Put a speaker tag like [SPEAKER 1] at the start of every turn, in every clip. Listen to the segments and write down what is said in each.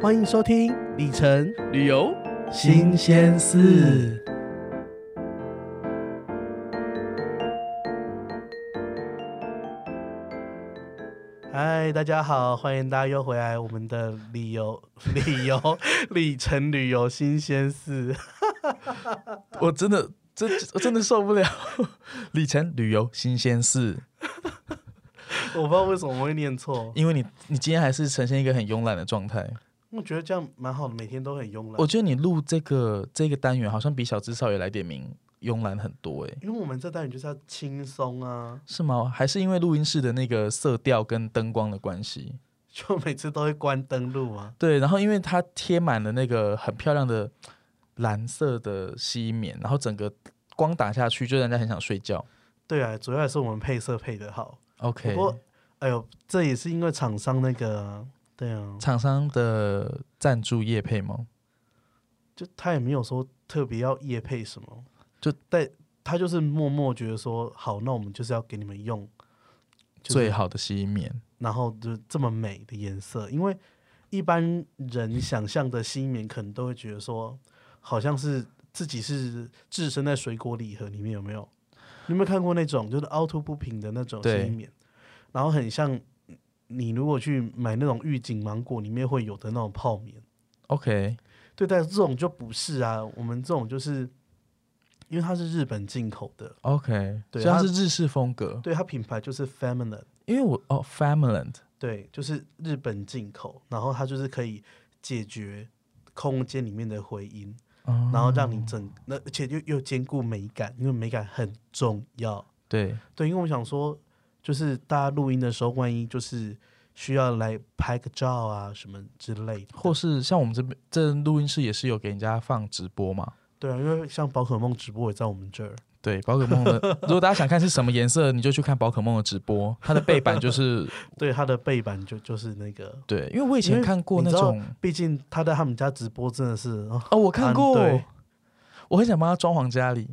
[SPEAKER 1] 欢迎收听《里程
[SPEAKER 2] 旅游
[SPEAKER 1] 新鲜事》。嗨，大家好，欢迎大家又回来我们的旅游 旅游里程旅游新鲜事。
[SPEAKER 2] 我真的真我真的受不了， 里程旅游新鲜事，
[SPEAKER 1] 我不知道为什么我会念错，
[SPEAKER 2] 因为你你今天还是呈现一个很慵懒的状态。
[SPEAKER 1] 我觉得这样蛮好的，每天都很慵
[SPEAKER 2] 我
[SPEAKER 1] 懒。
[SPEAKER 2] 觉得你录这个这个单元好像比小资少爷来点名慵懒很多诶、欸
[SPEAKER 1] 因为我们这单元就是要轻松啊，
[SPEAKER 2] 是吗？还是因为录音室的那个色调跟灯光的关系？
[SPEAKER 1] 就每次都会关灯录啊。
[SPEAKER 2] 对，然后因为它贴满了那个很漂亮的蓝色的吸棉，然后整个光打下去，就让人家很想睡觉。
[SPEAKER 1] 对啊，主要也是我们配色配的好。不
[SPEAKER 2] OK，
[SPEAKER 1] 过，哎呦，这也是因为厂商那个啊、对啊，
[SPEAKER 2] 厂商的赞助业配吗？
[SPEAKER 1] 就他也没有说特别要业配什么，
[SPEAKER 2] 就
[SPEAKER 1] 但他就是默默觉得说，好，那我们就是要给你们用，就是
[SPEAKER 2] 最好的吸棉。
[SPEAKER 1] 然后就这么美的颜色，因为一般人想象的吸棉可能都会觉得说，好像是自己是置身在水果礼盒里面，有没有？你有没有看过那种就是凹凸不平的那种
[SPEAKER 2] 对
[SPEAKER 1] 吸棉，然后很像你如果去买那种预警芒果里面会有的那种泡棉。
[SPEAKER 2] OK，
[SPEAKER 1] 对，但这种就不是啊，我们这种就是因为它是日本进口的，
[SPEAKER 2] OK，
[SPEAKER 1] 对
[SPEAKER 2] 所以它
[SPEAKER 1] 它
[SPEAKER 2] 是日式风格，
[SPEAKER 1] 对它品牌就是 Feminine。
[SPEAKER 2] 因为我哦 f a m i l y
[SPEAKER 1] 对，就是日本进口，然后它就是可以解决空间里面的回音，
[SPEAKER 2] 哦
[SPEAKER 1] 然后让你整那，而且又又兼顾美感，因为美感很重要。
[SPEAKER 2] 对，
[SPEAKER 1] 对，因为我想说，就是大家录音的时候，万一就是需要来拍个照啊什么之类的，
[SPEAKER 2] 或是像我们这边这录音室也是有给人家放直播嘛。
[SPEAKER 1] 对啊，因为像宝可梦直播也在我们这儿，
[SPEAKER 2] 对宝可梦的，如果大家想看是什么颜色，你就去看宝可梦的直播，它的背 板就是
[SPEAKER 1] 对，它的背板就就是那个，
[SPEAKER 2] 对，因为我以前看过那
[SPEAKER 1] 因
[SPEAKER 2] 种
[SPEAKER 1] 毕竟他在他们家直播真的是，哦
[SPEAKER 2] 哦，我看
[SPEAKER 1] 嗯
[SPEAKER 2] 过
[SPEAKER 1] 对，
[SPEAKER 2] 我很想帮他装潢家里，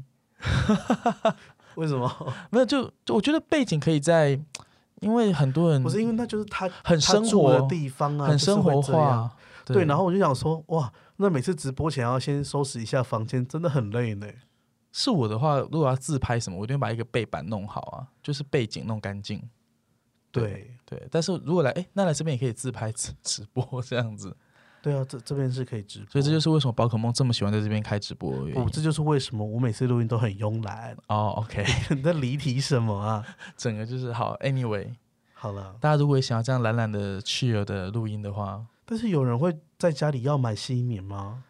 [SPEAKER 1] 为什么？
[SPEAKER 2] 没有就就我觉得背景可以在，因为很多人
[SPEAKER 1] 不是因为那就是他
[SPEAKER 2] 很
[SPEAKER 1] 他
[SPEAKER 2] 生
[SPEAKER 1] 住的
[SPEAKER 2] 活，
[SPEAKER 1] 地方啊，就
[SPEAKER 2] 很
[SPEAKER 1] 是
[SPEAKER 2] 生
[SPEAKER 1] 会
[SPEAKER 2] 活
[SPEAKER 1] 这样。
[SPEAKER 2] 化，
[SPEAKER 1] 对，然后我就想说，哇，那每次直播前要先收拾一下房间，真的很累呢。
[SPEAKER 2] 是我的话，如果要自拍什么，我一定会把一个背板弄好啊，就是背景弄干净。
[SPEAKER 1] 对，
[SPEAKER 2] 对，但是如果来，哎，那来这边也可以自拍直直播这样子，
[SPEAKER 1] 对啊，这这边是可以直播，
[SPEAKER 2] 所以这就是为什么宝可梦这么喜欢在这边开直播的原
[SPEAKER 1] 不，
[SPEAKER 2] 因。
[SPEAKER 1] 这就是为什哦么我每次录音都很慵 懒。
[SPEAKER 2] 哦，OK，
[SPEAKER 1] 你在离题什么啊？
[SPEAKER 2] 整个就是好。Anyway，
[SPEAKER 1] 好了，
[SPEAKER 2] 大家如果也想要这样懒懒的 chill 的录音的话，
[SPEAKER 1] 但是有人会在家里要买吸棉吗？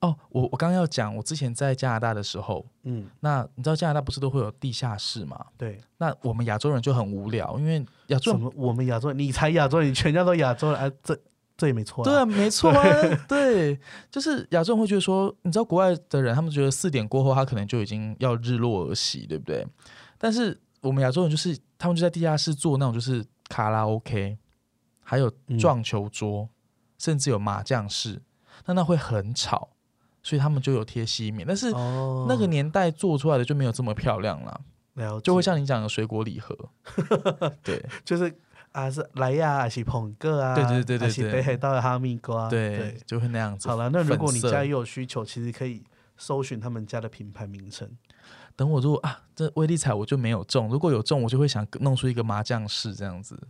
[SPEAKER 2] 哦，我我刚刚要讲，我之前在加拿大的时候，
[SPEAKER 1] 嗯，
[SPEAKER 2] 那你知道加拿大不是都会有地下室嘛？
[SPEAKER 1] 对，
[SPEAKER 2] 那我们亚洲人就很无聊，因为亚
[SPEAKER 1] 什
[SPEAKER 2] 洲人
[SPEAKER 1] 么我们亚洲人，你才亚洲人，你全家都亚洲人，啊，这这也没错、
[SPEAKER 2] 对啊，，没错啊，对，就是亚洲人会觉得说，你知道国外的人，他们觉得四点过后，他可能就已经要日落而息，对不对？但是我们亚洲人就是，他们就在地下室做那种就是卡拉 OK，还有
[SPEAKER 1] 嗯
[SPEAKER 2] 撞球桌，甚至有麻将室，那那会很吵，所以他们就有贴吸棉，但是
[SPEAKER 1] 哦，
[SPEAKER 2] 那个年代做出来的就没有这么漂亮了，
[SPEAKER 1] 了解
[SPEAKER 2] 就会像你讲的水果 礼盒，对
[SPEAKER 1] 就是啊是来呀、啊，是捧个啊，
[SPEAKER 2] 对对对对对
[SPEAKER 1] 啊是北海道的哈密瓜，
[SPEAKER 2] 对，就会那样子。
[SPEAKER 1] 啊好了，那如果你
[SPEAKER 2] 粉色
[SPEAKER 1] 家也有需求，其实可以搜寻他们家的品牌名称。
[SPEAKER 2] 等我如果啊，这威力彩我就没有中，如果有中，我就会想弄出一个麻将室这样子。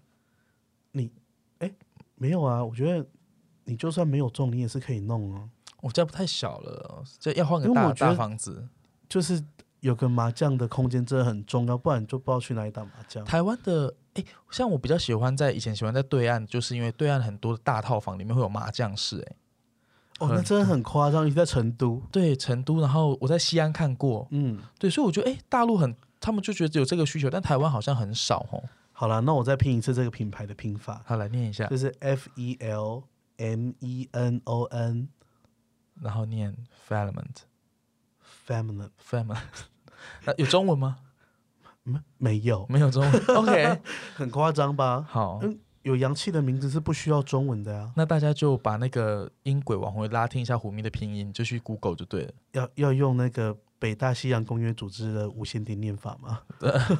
[SPEAKER 1] 没有啊，我觉得你就算没有中，你也是可以弄啊。
[SPEAKER 2] 我家不太小了，这要换个
[SPEAKER 1] 因为
[SPEAKER 2] 大
[SPEAKER 1] 我觉得
[SPEAKER 2] 大房子。
[SPEAKER 1] 就是有个麻将的空间真的很重要，不然你就不知道去哪里打麻将。
[SPEAKER 2] 台湾的哎，像我比较喜欢在以前喜欢在对岸，就是因为对岸很多大套房里面会有麻将室。哎，
[SPEAKER 1] 哦，那真的很夸张，你在成都，
[SPEAKER 2] 对，成都，然后我在西安看过，
[SPEAKER 1] 嗯，
[SPEAKER 2] 对，所以我觉得哎，诶大陆很，他们就觉得有这个需求，但台湾好像很少哦。
[SPEAKER 1] 好了，那我再拼一次这个品牌的拼法，
[SPEAKER 2] 好，来念一下，
[SPEAKER 1] 就是 F E L M E N O N
[SPEAKER 2] 然后念 filament
[SPEAKER 1] Feminine，
[SPEAKER 2] filament，那有中文吗？
[SPEAKER 1] 嗯，没有，
[SPEAKER 2] 没有中文。OK，
[SPEAKER 1] 很夸张吧？
[SPEAKER 2] 好。
[SPEAKER 1] 有洋气的名字是不需要中文的啊呀、
[SPEAKER 2] 那大家就把那个音轨往回拉，听一下虎迷的拼音，就去 Google 就对了。
[SPEAKER 1] 要要用那个北大西洋公约组织的无线电念法吗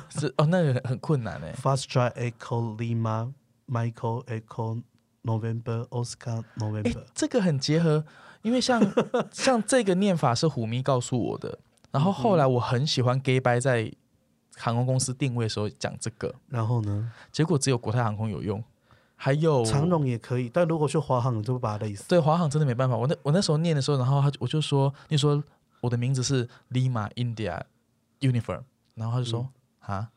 [SPEAKER 2] 是哦，那个很困难哎、
[SPEAKER 1] ？Fast Try Echo Lima Michael Echo November Oscar
[SPEAKER 2] 哎
[SPEAKER 1] November，，
[SPEAKER 2] 这个很结合，因 为像像这个念法是虎咪告诉我的，然后后来
[SPEAKER 1] 嗯
[SPEAKER 2] 我很喜欢 gay bye 在航空公司定位的时候讲这个，
[SPEAKER 1] 然后呢，
[SPEAKER 2] 结果只有国泰航空有用，还有
[SPEAKER 1] 长荣也可以，但如果去华航，你就会把它累死。
[SPEAKER 2] 对华航真的没办法，我那我那时候念的时候，然后他就我就说，你说我的名字是 Lima India Uniform，然后
[SPEAKER 1] 嗯
[SPEAKER 2] 他就说啊、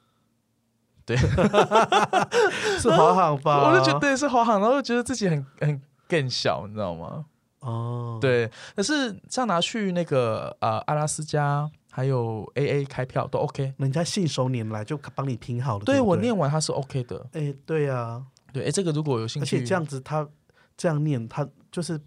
[SPEAKER 1] 是华航吧？
[SPEAKER 2] 哦我就觉得是华航，然后就觉得自己很很更小，你知道吗？
[SPEAKER 1] 哦，，
[SPEAKER 2] 对，可是像拿去那个呃阿拉斯加还有 AA 开票都 OK。
[SPEAKER 1] 人家信手拈来就帮你拼好了。对
[SPEAKER 2] 对
[SPEAKER 1] 不对
[SPEAKER 2] 我，念完它是 OK 的，
[SPEAKER 1] 哎、对啊，
[SPEAKER 2] 对，哎，这个如果有兴
[SPEAKER 1] 而
[SPEAKER 2] 趣，
[SPEAKER 1] 且这样子他这样念，他就是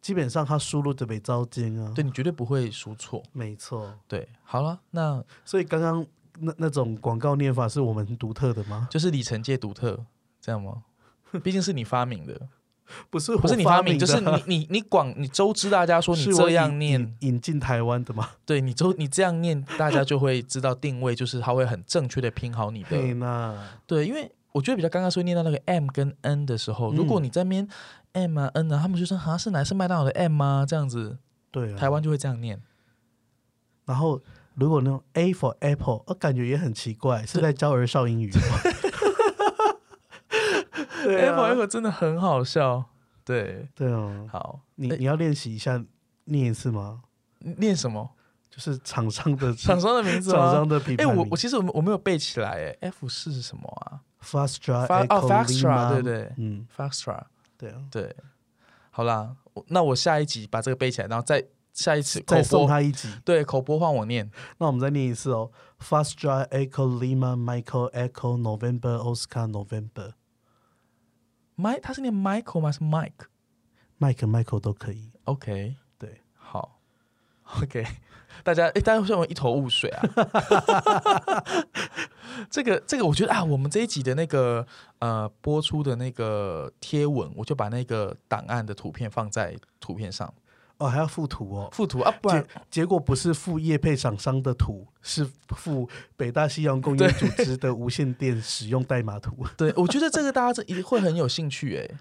[SPEAKER 1] 基本上他输入的北招金啊。
[SPEAKER 2] 对，你绝对不会输错。
[SPEAKER 1] 没错。
[SPEAKER 2] 对，好了，那
[SPEAKER 1] 所以刚刚那那种广告念法是我们独特的吗？
[SPEAKER 2] 就是里程界独特，这 样吗？毕竟是你发明的，
[SPEAKER 1] 不是，
[SPEAKER 2] 不是你
[SPEAKER 1] 发
[SPEAKER 2] 发明，就
[SPEAKER 1] 的
[SPEAKER 2] 是 你你你广你周知大家说你
[SPEAKER 1] 是我
[SPEAKER 2] 这样
[SPEAKER 1] 引
[SPEAKER 2] 念，
[SPEAKER 1] 引引进台湾的吗？
[SPEAKER 2] 对你周你这样念，大家就会知道定位，就是他会很正确的拼好你 的
[SPEAKER 1] 对那
[SPEAKER 2] 对，因为我觉得比较尴尬，是念到那个 M 跟 N 的时候，如果
[SPEAKER 1] 嗯
[SPEAKER 2] 你在那边 M 啊 N 啊，他们就说啊是哪是麦当劳的 M 啊这样子，
[SPEAKER 1] 对啊，
[SPEAKER 2] 台湾就会这样念。
[SPEAKER 1] 然后如果那种 A for apple，我感觉也很奇怪，是在教儿少英语吗？对
[SPEAKER 2] a p p l
[SPEAKER 1] 啊，
[SPEAKER 2] 真的很好笑。对，
[SPEAKER 1] 对哦，
[SPEAKER 2] 好，
[SPEAKER 1] 你
[SPEAKER 2] 哎
[SPEAKER 1] 你要练习一下，念一次吗？
[SPEAKER 2] 念什么？
[SPEAKER 1] 就是厂商 的
[SPEAKER 2] 厂商的 名字
[SPEAKER 1] 厂
[SPEAKER 2] 吗
[SPEAKER 1] 商？的品牌
[SPEAKER 2] 哎，
[SPEAKER 1] 名。
[SPEAKER 2] 我我其实我没我没有背起来，哎，F 是是什么啊
[SPEAKER 1] Fastra
[SPEAKER 2] 发哦
[SPEAKER 1] Echo
[SPEAKER 2] Fastra，
[SPEAKER 1] Lima
[SPEAKER 2] 对对
[SPEAKER 1] 嗯，
[SPEAKER 2] ？Fastra，
[SPEAKER 1] 对啊，
[SPEAKER 2] 对，好啦，我那我下一集把这个背起来，然后再下一次口
[SPEAKER 1] 再送
[SPEAKER 2] 播，
[SPEAKER 1] 他一集。
[SPEAKER 2] 对，口播换我念。
[SPEAKER 1] 那我们再念一次哦，Fastra Echo Lima Michael Echo November Oscar November
[SPEAKER 2] Mike，他是念 Michael 吗？还是 Mike？
[SPEAKER 1] Mike Michael 都可以。
[SPEAKER 2] OK，
[SPEAKER 1] 对，
[SPEAKER 2] 好，OK，大家诶，大家会认为一头雾水啊。 这个这个，我觉得啊，我们这一集的那个呃播出的那个贴文，我就把那个档案的图片放在图片上
[SPEAKER 1] 哦，还要附图哦。
[SPEAKER 2] 附图啊，不然
[SPEAKER 1] 结结果不是附业配厂商的图，是附北大西洋公约组织的无线电使用代码图。
[SPEAKER 2] 对我觉得这个大家这一定会很有兴趣诶，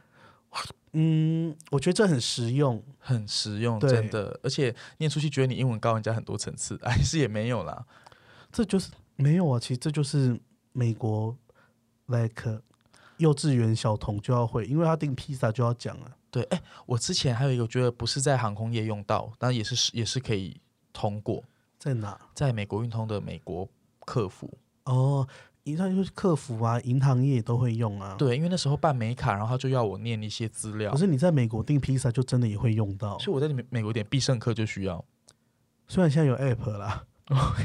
[SPEAKER 1] 嗯，我觉得这很实用。
[SPEAKER 2] 很实用，
[SPEAKER 1] 对
[SPEAKER 2] 真的，而且念出去觉得你英文高人家很多层次， 哎，是也没有啦，
[SPEAKER 1] 这就是没有啊，其实这就是美国 like 幼稚园小童就要会，因为他订披萨就要讲啊。
[SPEAKER 2] 对，哎，我之前还有一个我觉得不是在航空业用到，但也是也是可以通过，
[SPEAKER 1] 在哪？
[SPEAKER 2] 在美国运通的美国客服，
[SPEAKER 1] 哦，一看就是客服啊，银行业也都会用啊。，
[SPEAKER 2] 对，因为那时候办美卡，然后他就要我念一些资料哦
[SPEAKER 1] 可，是你在美国订披萨就真的也会用到，
[SPEAKER 2] 所以我在美美国点必胜客就需要。
[SPEAKER 1] 虽然现在有 app 啦，哦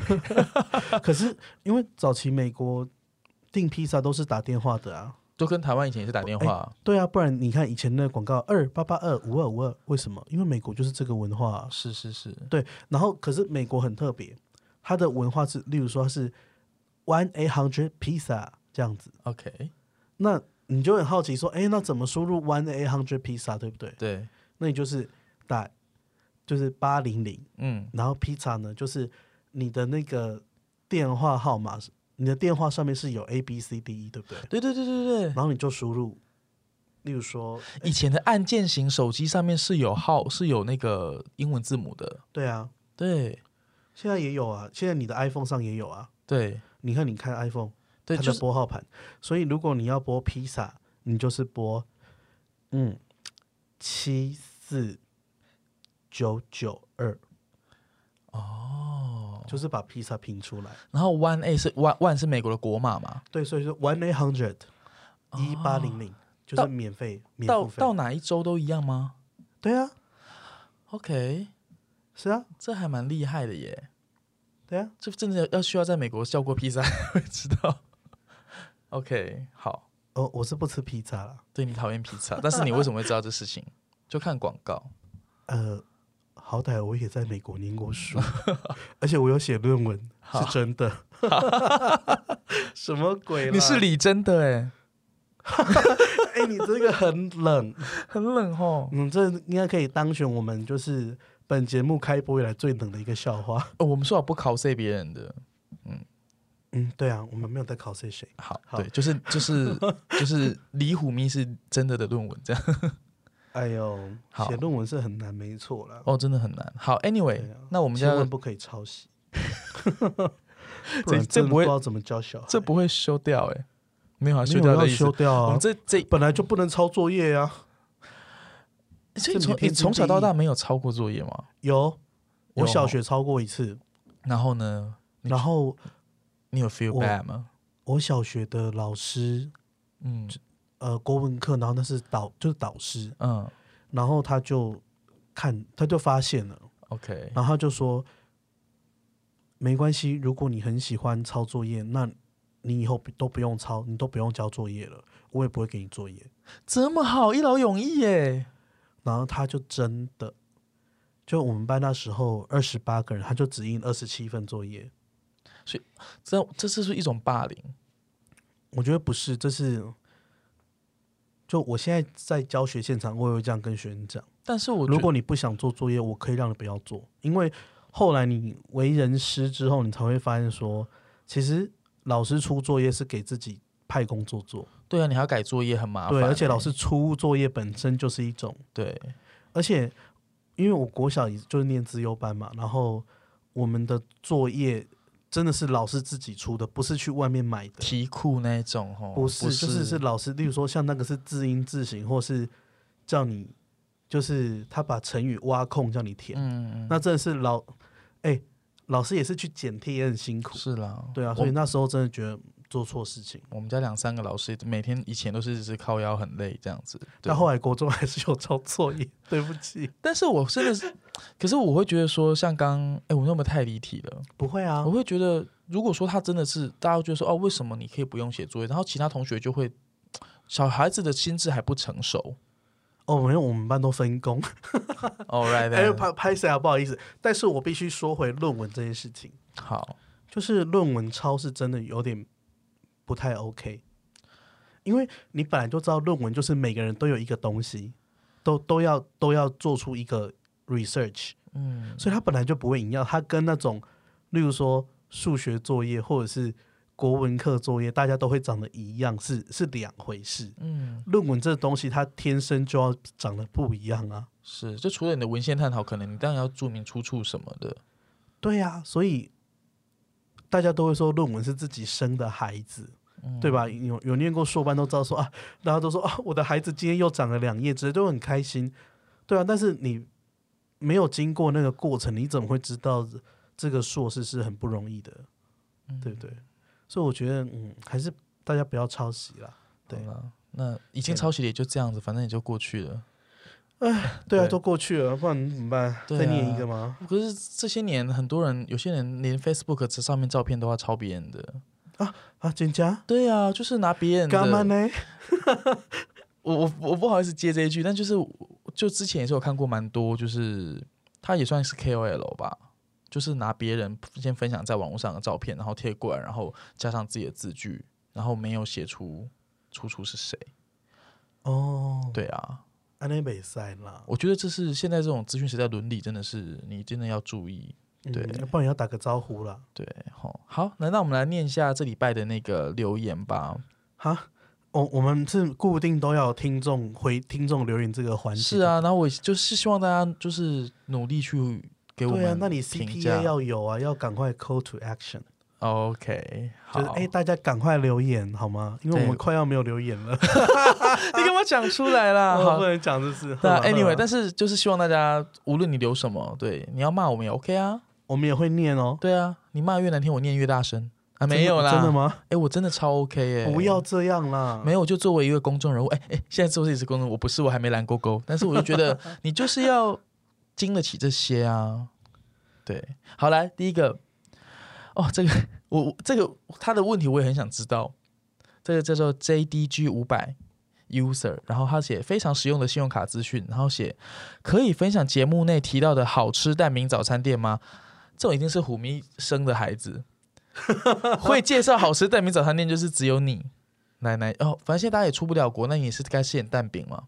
[SPEAKER 1] 可是因为早期美国订披萨都是打电话的啊。
[SPEAKER 2] 就跟台湾以前也是打电话，
[SPEAKER 1] 对啊，不然你看以前那个广告二八八二五二五二，为什么？因为美国就是这个文化啊、
[SPEAKER 2] 哎是是是，
[SPEAKER 1] 然后可是美国很特别，它的文化是，例如说它是 one eight hundred pizza 这样子，
[SPEAKER 2] ，OK，
[SPEAKER 1] 那你就很好奇说，哎，那怎么输入 one eight hundred pizza 对不对？
[SPEAKER 2] 对，
[SPEAKER 1] 那你就是打就是八零零，
[SPEAKER 2] 嗯，
[SPEAKER 1] 然后 pizza 呢就是你的那个电话号码是，你的电话上面是有 A B C D E 对不对？
[SPEAKER 2] 对对对对对，
[SPEAKER 1] 然后你就输入，例如说，
[SPEAKER 2] 以前的按键型手机上面是有号是有那个英文字母的，
[SPEAKER 1] 对啊，
[SPEAKER 2] 对
[SPEAKER 1] 现在也有啊，现在你的 iPhone 上也有啊，
[SPEAKER 2] 对
[SPEAKER 1] 你看你看 iPhone。
[SPEAKER 2] 对，
[SPEAKER 1] 它
[SPEAKER 2] 就
[SPEAKER 1] 的
[SPEAKER 2] 是
[SPEAKER 1] 拨号盘。所以如果你要拨披萨，你就是拨嗯七四九九二，
[SPEAKER 2] 哦，
[SPEAKER 1] 就是把披萨拼出来。
[SPEAKER 2] 然后 One A 是 One One 是美国的国码嘛，
[SPEAKER 1] 对，所以说 one eight hundred 一八零零就是
[SPEAKER 2] 哦到
[SPEAKER 1] 免费免
[SPEAKER 2] 到
[SPEAKER 1] 付费
[SPEAKER 2] 到。哪一周都一样吗
[SPEAKER 1] 对啊，
[SPEAKER 2] ？OK，
[SPEAKER 1] 是啊，
[SPEAKER 2] 这还蛮厉害的耶。
[SPEAKER 1] 对啊，
[SPEAKER 2] 这真的要需要在美国叫过披萨 才会知道。OK，好，
[SPEAKER 1] 哦，我是不吃披萨啦，
[SPEAKER 2] 对你讨厌披 萨，但是你为什么会知道这事情？就看广告。
[SPEAKER 1] 呃。好歹我也在美国念过 书，而且我有写论文，是真的。 什么鬼啦？
[SPEAKER 2] 你是李真的哎，
[SPEAKER 1] 哎、你这个很冷。
[SPEAKER 2] 很冷哦。
[SPEAKER 1] 嗯，这应该可以当选我们就是本节目开播以来最冷的一个笑话。
[SPEAKER 2] 哦我们说好不考 C 别人的，嗯，
[SPEAKER 1] 嗯，对啊，我们没有在考谁谁。
[SPEAKER 2] 好，
[SPEAKER 1] 好
[SPEAKER 2] 对，就是就是 就是李虎咪是真的的论文这样。
[SPEAKER 1] 哎呦，
[SPEAKER 2] 好
[SPEAKER 1] 写论文是很难，没错啦。
[SPEAKER 2] 哦，真的很难。好，Anyway，、
[SPEAKER 1] 对啊
[SPEAKER 2] 那我们
[SPEAKER 1] 千
[SPEAKER 2] 要
[SPEAKER 1] 万不可以抄袭， 不然
[SPEAKER 2] 这
[SPEAKER 1] 真的
[SPEAKER 2] 不会
[SPEAKER 1] 知道怎么教小孩。
[SPEAKER 2] 这不会修掉哎、没有啊，
[SPEAKER 1] 没
[SPEAKER 2] 修
[SPEAKER 1] 有
[SPEAKER 2] 掉
[SPEAKER 1] 要
[SPEAKER 2] 的意思
[SPEAKER 1] 修。掉
[SPEAKER 2] 我
[SPEAKER 1] 啊
[SPEAKER 2] 们，这这，
[SPEAKER 1] 本来就不能抄作业啊。
[SPEAKER 2] 所以
[SPEAKER 1] 这
[SPEAKER 2] 你
[SPEAKER 1] 里
[SPEAKER 2] 从你
[SPEAKER 1] 天经
[SPEAKER 2] 从小
[SPEAKER 1] 地
[SPEAKER 2] 到
[SPEAKER 1] 义
[SPEAKER 2] 大没有抄过作业吗？
[SPEAKER 1] 有，
[SPEAKER 2] 有
[SPEAKER 1] 我小
[SPEAKER 2] 哦
[SPEAKER 1] 学抄过一次，
[SPEAKER 2] 然后呢，你
[SPEAKER 1] 然后
[SPEAKER 2] 你有 feel
[SPEAKER 1] 我
[SPEAKER 2] bad 吗？
[SPEAKER 1] 我小学的老师，
[SPEAKER 2] 嗯
[SPEAKER 1] 呃，国文课，然后那是导就是导师，
[SPEAKER 2] 嗯
[SPEAKER 1] 然后他就看，他就发现了，
[SPEAKER 2] ，OK，
[SPEAKER 1] 然后他就说，没关系，如果你很喜欢抄作业，那你以后不都不用抄，你都不用交作业了，我也不会给你作业。
[SPEAKER 2] 这么好，一劳永逸耶！
[SPEAKER 1] 然后他就真的，就我们班那时候二十八个人，他就只印二十七份作业。
[SPEAKER 2] 这这是不是一种霸凌？
[SPEAKER 1] 我觉得不是，这是。就我现在在教学现场，我也会这样跟学生讲：
[SPEAKER 2] 但是我觉
[SPEAKER 1] 如果你不想做作业，我可以让你不要做，因为后来你为人师之后，你才会发现说，其实老师出作业是给自己派工作做，
[SPEAKER 2] 对啊，你还要改作业很麻烦欸。
[SPEAKER 1] 对，而且老师出作业本身就是一种，
[SPEAKER 2] 对
[SPEAKER 1] 而且因为我国小也就是念资优班嘛，然后我们的作业真的是老师自己出的，不是去外面买的，
[SPEAKER 2] 题库那一种哦，
[SPEAKER 1] 不是，就是是老师，例如说像那个是字音字形，或是叫你就是他把成语挖空叫你填，
[SPEAKER 2] 嗯，
[SPEAKER 1] 那真的是老哎、老师也是去捡题也很辛苦，
[SPEAKER 2] 是哦啦，
[SPEAKER 1] 对啊，
[SPEAKER 2] 我
[SPEAKER 1] 所以那时候真的觉得做错事情。
[SPEAKER 2] 我们家两三个老师每天以前都是只是靠腰很累这样子，对
[SPEAKER 1] 但后来国中还是有 抄作业，对不起，
[SPEAKER 2] 但是我真的是， 可是我会觉得说，像刚哎、我那么太离题了，
[SPEAKER 1] 不会啊
[SPEAKER 2] 我，会觉得，如果说他真的是，大家会觉得说，哦，为什么你可以不用写作业？然后其他同学就会，小孩子的心智还不 成熟。
[SPEAKER 1] 哦，没有，我们班都分工，
[SPEAKER 2] All right，
[SPEAKER 1] 哎、
[SPEAKER 2] then
[SPEAKER 1] 拍拍谁啊？不好意思，但是我必须说回论文这件事情，
[SPEAKER 2] 好，
[SPEAKER 1] 就是论文抄是真的有点不太 OK，因为你本来就知道论文就是每个人都有一个东西，都都要都要做出一个 research，
[SPEAKER 2] 嗯，
[SPEAKER 1] 所以它本来就不会一样，它跟那种例如说数学作业或者是国文课作业，大家都会长得一样，是是两回事。
[SPEAKER 2] 嗯，
[SPEAKER 1] 论文这东西，它天生就要长得不一样啊。
[SPEAKER 2] 是，就除了你的文献探讨，可能你当然要注明出处什么的。
[SPEAKER 1] 对呀、所以大家都会说论文是自己生的孩子，
[SPEAKER 2] 嗯
[SPEAKER 1] 对吧？有有念过硕班都知道说啊，大家都说啊，我的孩子今天又长了两页，直接都很开心，对啊。但是你没有经过那个过程，你怎么会知道这个硕士是很不容易的，
[SPEAKER 2] 嗯
[SPEAKER 1] 对不对？所以我觉得，嗯，还是大家不要抄袭啦。对
[SPEAKER 2] 好啦，那已经
[SPEAKER 1] 对啦
[SPEAKER 2] 抄袭了，也就这样子，反正也就过去了。
[SPEAKER 1] 对啊，
[SPEAKER 2] 对
[SPEAKER 1] 都过去了，不然怎么办？
[SPEAKER 2] 对
[SPEAKER 1] 再念
[SPEAKER 2] 啊
[SPEAKER 1] 一个吗？
[SPEAKER 2] 可是这些年，很多人，有些人连 Facebook 这上面照片都要抄别人的。
[SPEAKER 1] 啊，简家，
[SPEAKER 2] 对啊，就是拿别人的。
[SPEAKER 1] 干嘛呢？
[SPEAKER 2] 我我我不好意思接这一句，但就是我就之前也是有看过蛮多，就是他也算是 KOL 吧，就是拿别人先分享在网络上的照片，然后贴过来，然后加上自己的字句，然后没有写出出处是谁。
[SPEAKER 1] 哦，
[SPEAKER 2] 对啊，
[SPEAKER 1] 安内北塞啦。
[SPEAKER 2] 我觉得这是现在这种资讯时代伦理，真的是你真的要注意。对
[SPEAKER 1] 嗯，不然要打个招呼啦。
[SPEAKER 2] 对，好，好，那那我们来念一下这礼拜的那个留言吧。
[SPEAKER 1] 哈，我我们是固定都要有听众回听众留言这个环节。
[SPEAKER 2] 是，啊，然后我就是希望大家就是努力去给我们
[SPEAKER 1] 对啊，那你
[SPEAKER 2] 评价
[SPEAKER 1] CPA 要有啊，要赶快 call to action，
[SPEAKER 2] OK，好，
[SPEAKER 1] 就是哎、大家赶快留言好吗？因为
[SPEAKER 2] 对
[SPEAKER 1] 我们快要没有留言了，
[SPEAKER 2] 你给我讲出来啦！
[SPEAKER 1] 我不
[SPEAKER 2] 好，
[SPEAKER 1] 能讲这是。
[SPEAKER 2] 那
[SPEAKER 1] 呵呵
[SPEAKER 2] anyway，但是就是希望大家，无论你留什么，对，你要骂我们也 OK 啊，
[SPEAKER 1] 我们也会念哦。
[SPEAKER 2] 对啊，你骂越难听，我念越大声啊，
[SPEAKER 1] 真的
[SPEAKER 2] 没有啦，
[SPEAKER 1] 真的？吗？
[SPEAKER 2] 哎、我真的超 OK 耶、
[SPEAKER 1] 不要这样啦。
[SPEAKER 2] 没有，就作为一个公众人物，哎、哎、现在做自己是公众人物，我不是，我还没蓝勾勾，但是我就觉得你就是要经得起这些啊。对，好来，第一个，哦，这个我我这个他的问题我也很想知道，这个叫做 JDG 五百 user，然后他写非常实用的信用卡资讯，然后写可以分享节目内提到的好吃蛋饼早餐店吗？这种一定是虎咪生的孩子，会介绍好吃蛋饼早餐店就是只有你。奶奶哦，反正现在大家也出不了国，那你也是该吃点蛋饼嘛，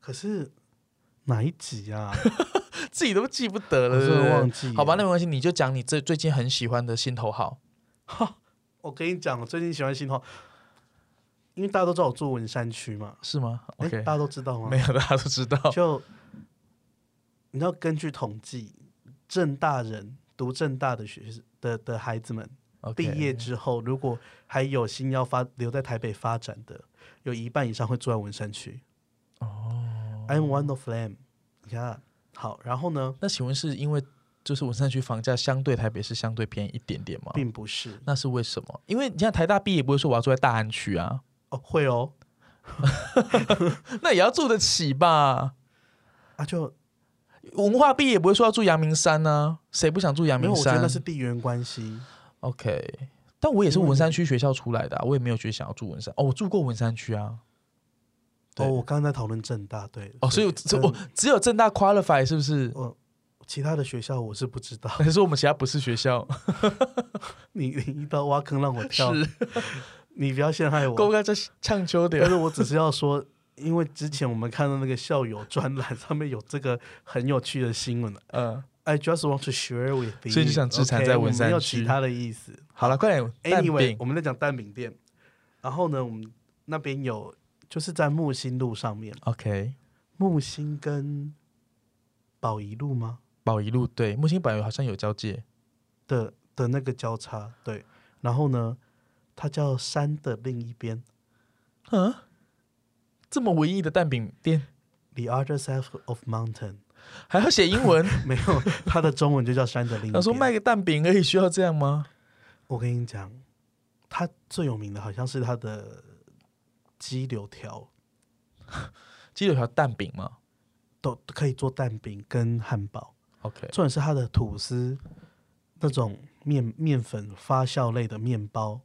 [SPEAKER 1] 可是哪一集 啊？
[SPEAKER 2] 自己都记不得
[SPEAKER 1] 我
[SPEAKER 2] 了，
[SPEAKER 1] 真
[SPEAKER 2] 对不
[SPEAKER 1] 的
[SPEAKER 2] 对
[SPEAKER 1] 忘记了。
[SPEAKER 2] 好吧，那没关系，你就讲你最最近很喜欢的心头好。
[SPEAKER 1] 我跟你讲，我最近喜欢新花，因为大家都知道我住文山区嘛，
[SPEAKER 2] 是吗
[SPEAKER 1] 哎、
[SPEAKER 2] ？OK，
[SPEAKER 1] 大家都知道吗
[SPEAKER 2] 没？有，大家都知道。
[SPEAKER 1] 就你知道，根据统计，正大人读正大的学的的孩子们，毕
[SPEAKER 2] OK
[SPEAKER 1] 业之后如果还有心要发留在台北发展的，有一半以上会住在文山区。哦，I'm one of them。你看，啊好，然后呢，
[SPEAKER 2] 那请问是因为就是文山区房价相对台北是相对便宜一点点吗？
[SPEAKER 1] 并不是
[SPEAKER 2] 那是为什么？因为你像台大毕业也不会说我要住在大安区啊，
[SPEAKER 1] 哦，会哦
[SPEAKER 2] 那也要住得起吧？
[SPEAKER 1] 啊，就
[SPEAKER 2] 文化毕业也不会说要住阳明山呢、谁不想住阳
[SPEAKER 1] 没有，
[SPEAKER 2] 明
[SPEAKER 1] 我觉得
[SPEAKER 2] 山
[SPEAKER 1] 那是地缘关系。哦
[SPEAKER 2] ？OK，但我也是文山区学校出来的、啊，我也没有觉得想要住文山。哦，我住过文山区啊。对
[SPEAKER 1] 哦，我刚刚在讨论正大，对
[SPEAKER 2] 哦，所以我
[SPEAKER 1] 正
[SPEAKER 2] 我只有正大 qualify 是不是？
[SPEAKER 1] 我其他的学校我是不知道，
[SPEAKER 2] 还是我们其他不是学校？
[SPEAKER 1] 你你一刀挖坑让我跳，
[SPEAKER 2] 是，
[SPEAKER 1] 你不要陷害
[SPEAKER 2] 够
[SPEAKER 1] 我。
[SPEAKER 2] 该在唱秋的
[SPEAKER 1] 但。是我只是要说，因为之前我们看到那个校友专栏上面有这个很有趣的新闻
[SPEAKER 2] 嗯，
[SPEAKER 1] ，I just want to share with you，
[SPEAKER 2] 所以你想自残
[SPEAKER 1] OK，
[SPEAKER 2] 在
[SPEAKER 1] 我
[SPEAKER 2] 文山
[SPEAKER 1] 没有
[SPEAKER 2] 区
[SPEAKER 1] 其他的意思。
[SPEAKER 2] 好了，快点。蛋
[SPEAKER 1] Anyway，
[SPEAKER 2] 饼
[SPEAKER 1] 我们在讲蛋饼店，然后呢，我们那边有就是在木星路上面，
[SPEAKER 2] ，OK，
[SPEAKER 1] 木星跟宝仪路吗？
[SPEAKER 2] 宝仪路对，木星宝仪好像有交界。
[SPEAKER 1] 的的那个交叉，对。然后呢，它叫山的另一边
[SPEAKER 2] 嗯，这么文艺的蛋饼店
[SPEAKER 1] ，the other side of mountain。
[SPEAKER 2] 还要写英 文？
[SPEAKER 1] 没有，它的中文就叫山的另一
[SPEAKER 2] 他
[SPEAKER 1] 边。
[SPEAKER 2] 说卖个蛋饼而已，需要这样吗？
[SPEAKER 1] 我跟你讲，它最有名的好像是它的鸡柳条，
[SPEAKER 2] 鸡柳条蛋饼吗
[SPEAKER 1] 都可以做蛋饼跟汉堡。
[SPEAKER 2] ？OK，
[SPEAKER 1] 重点是它的吐司，那种面面粉发酵类的面包，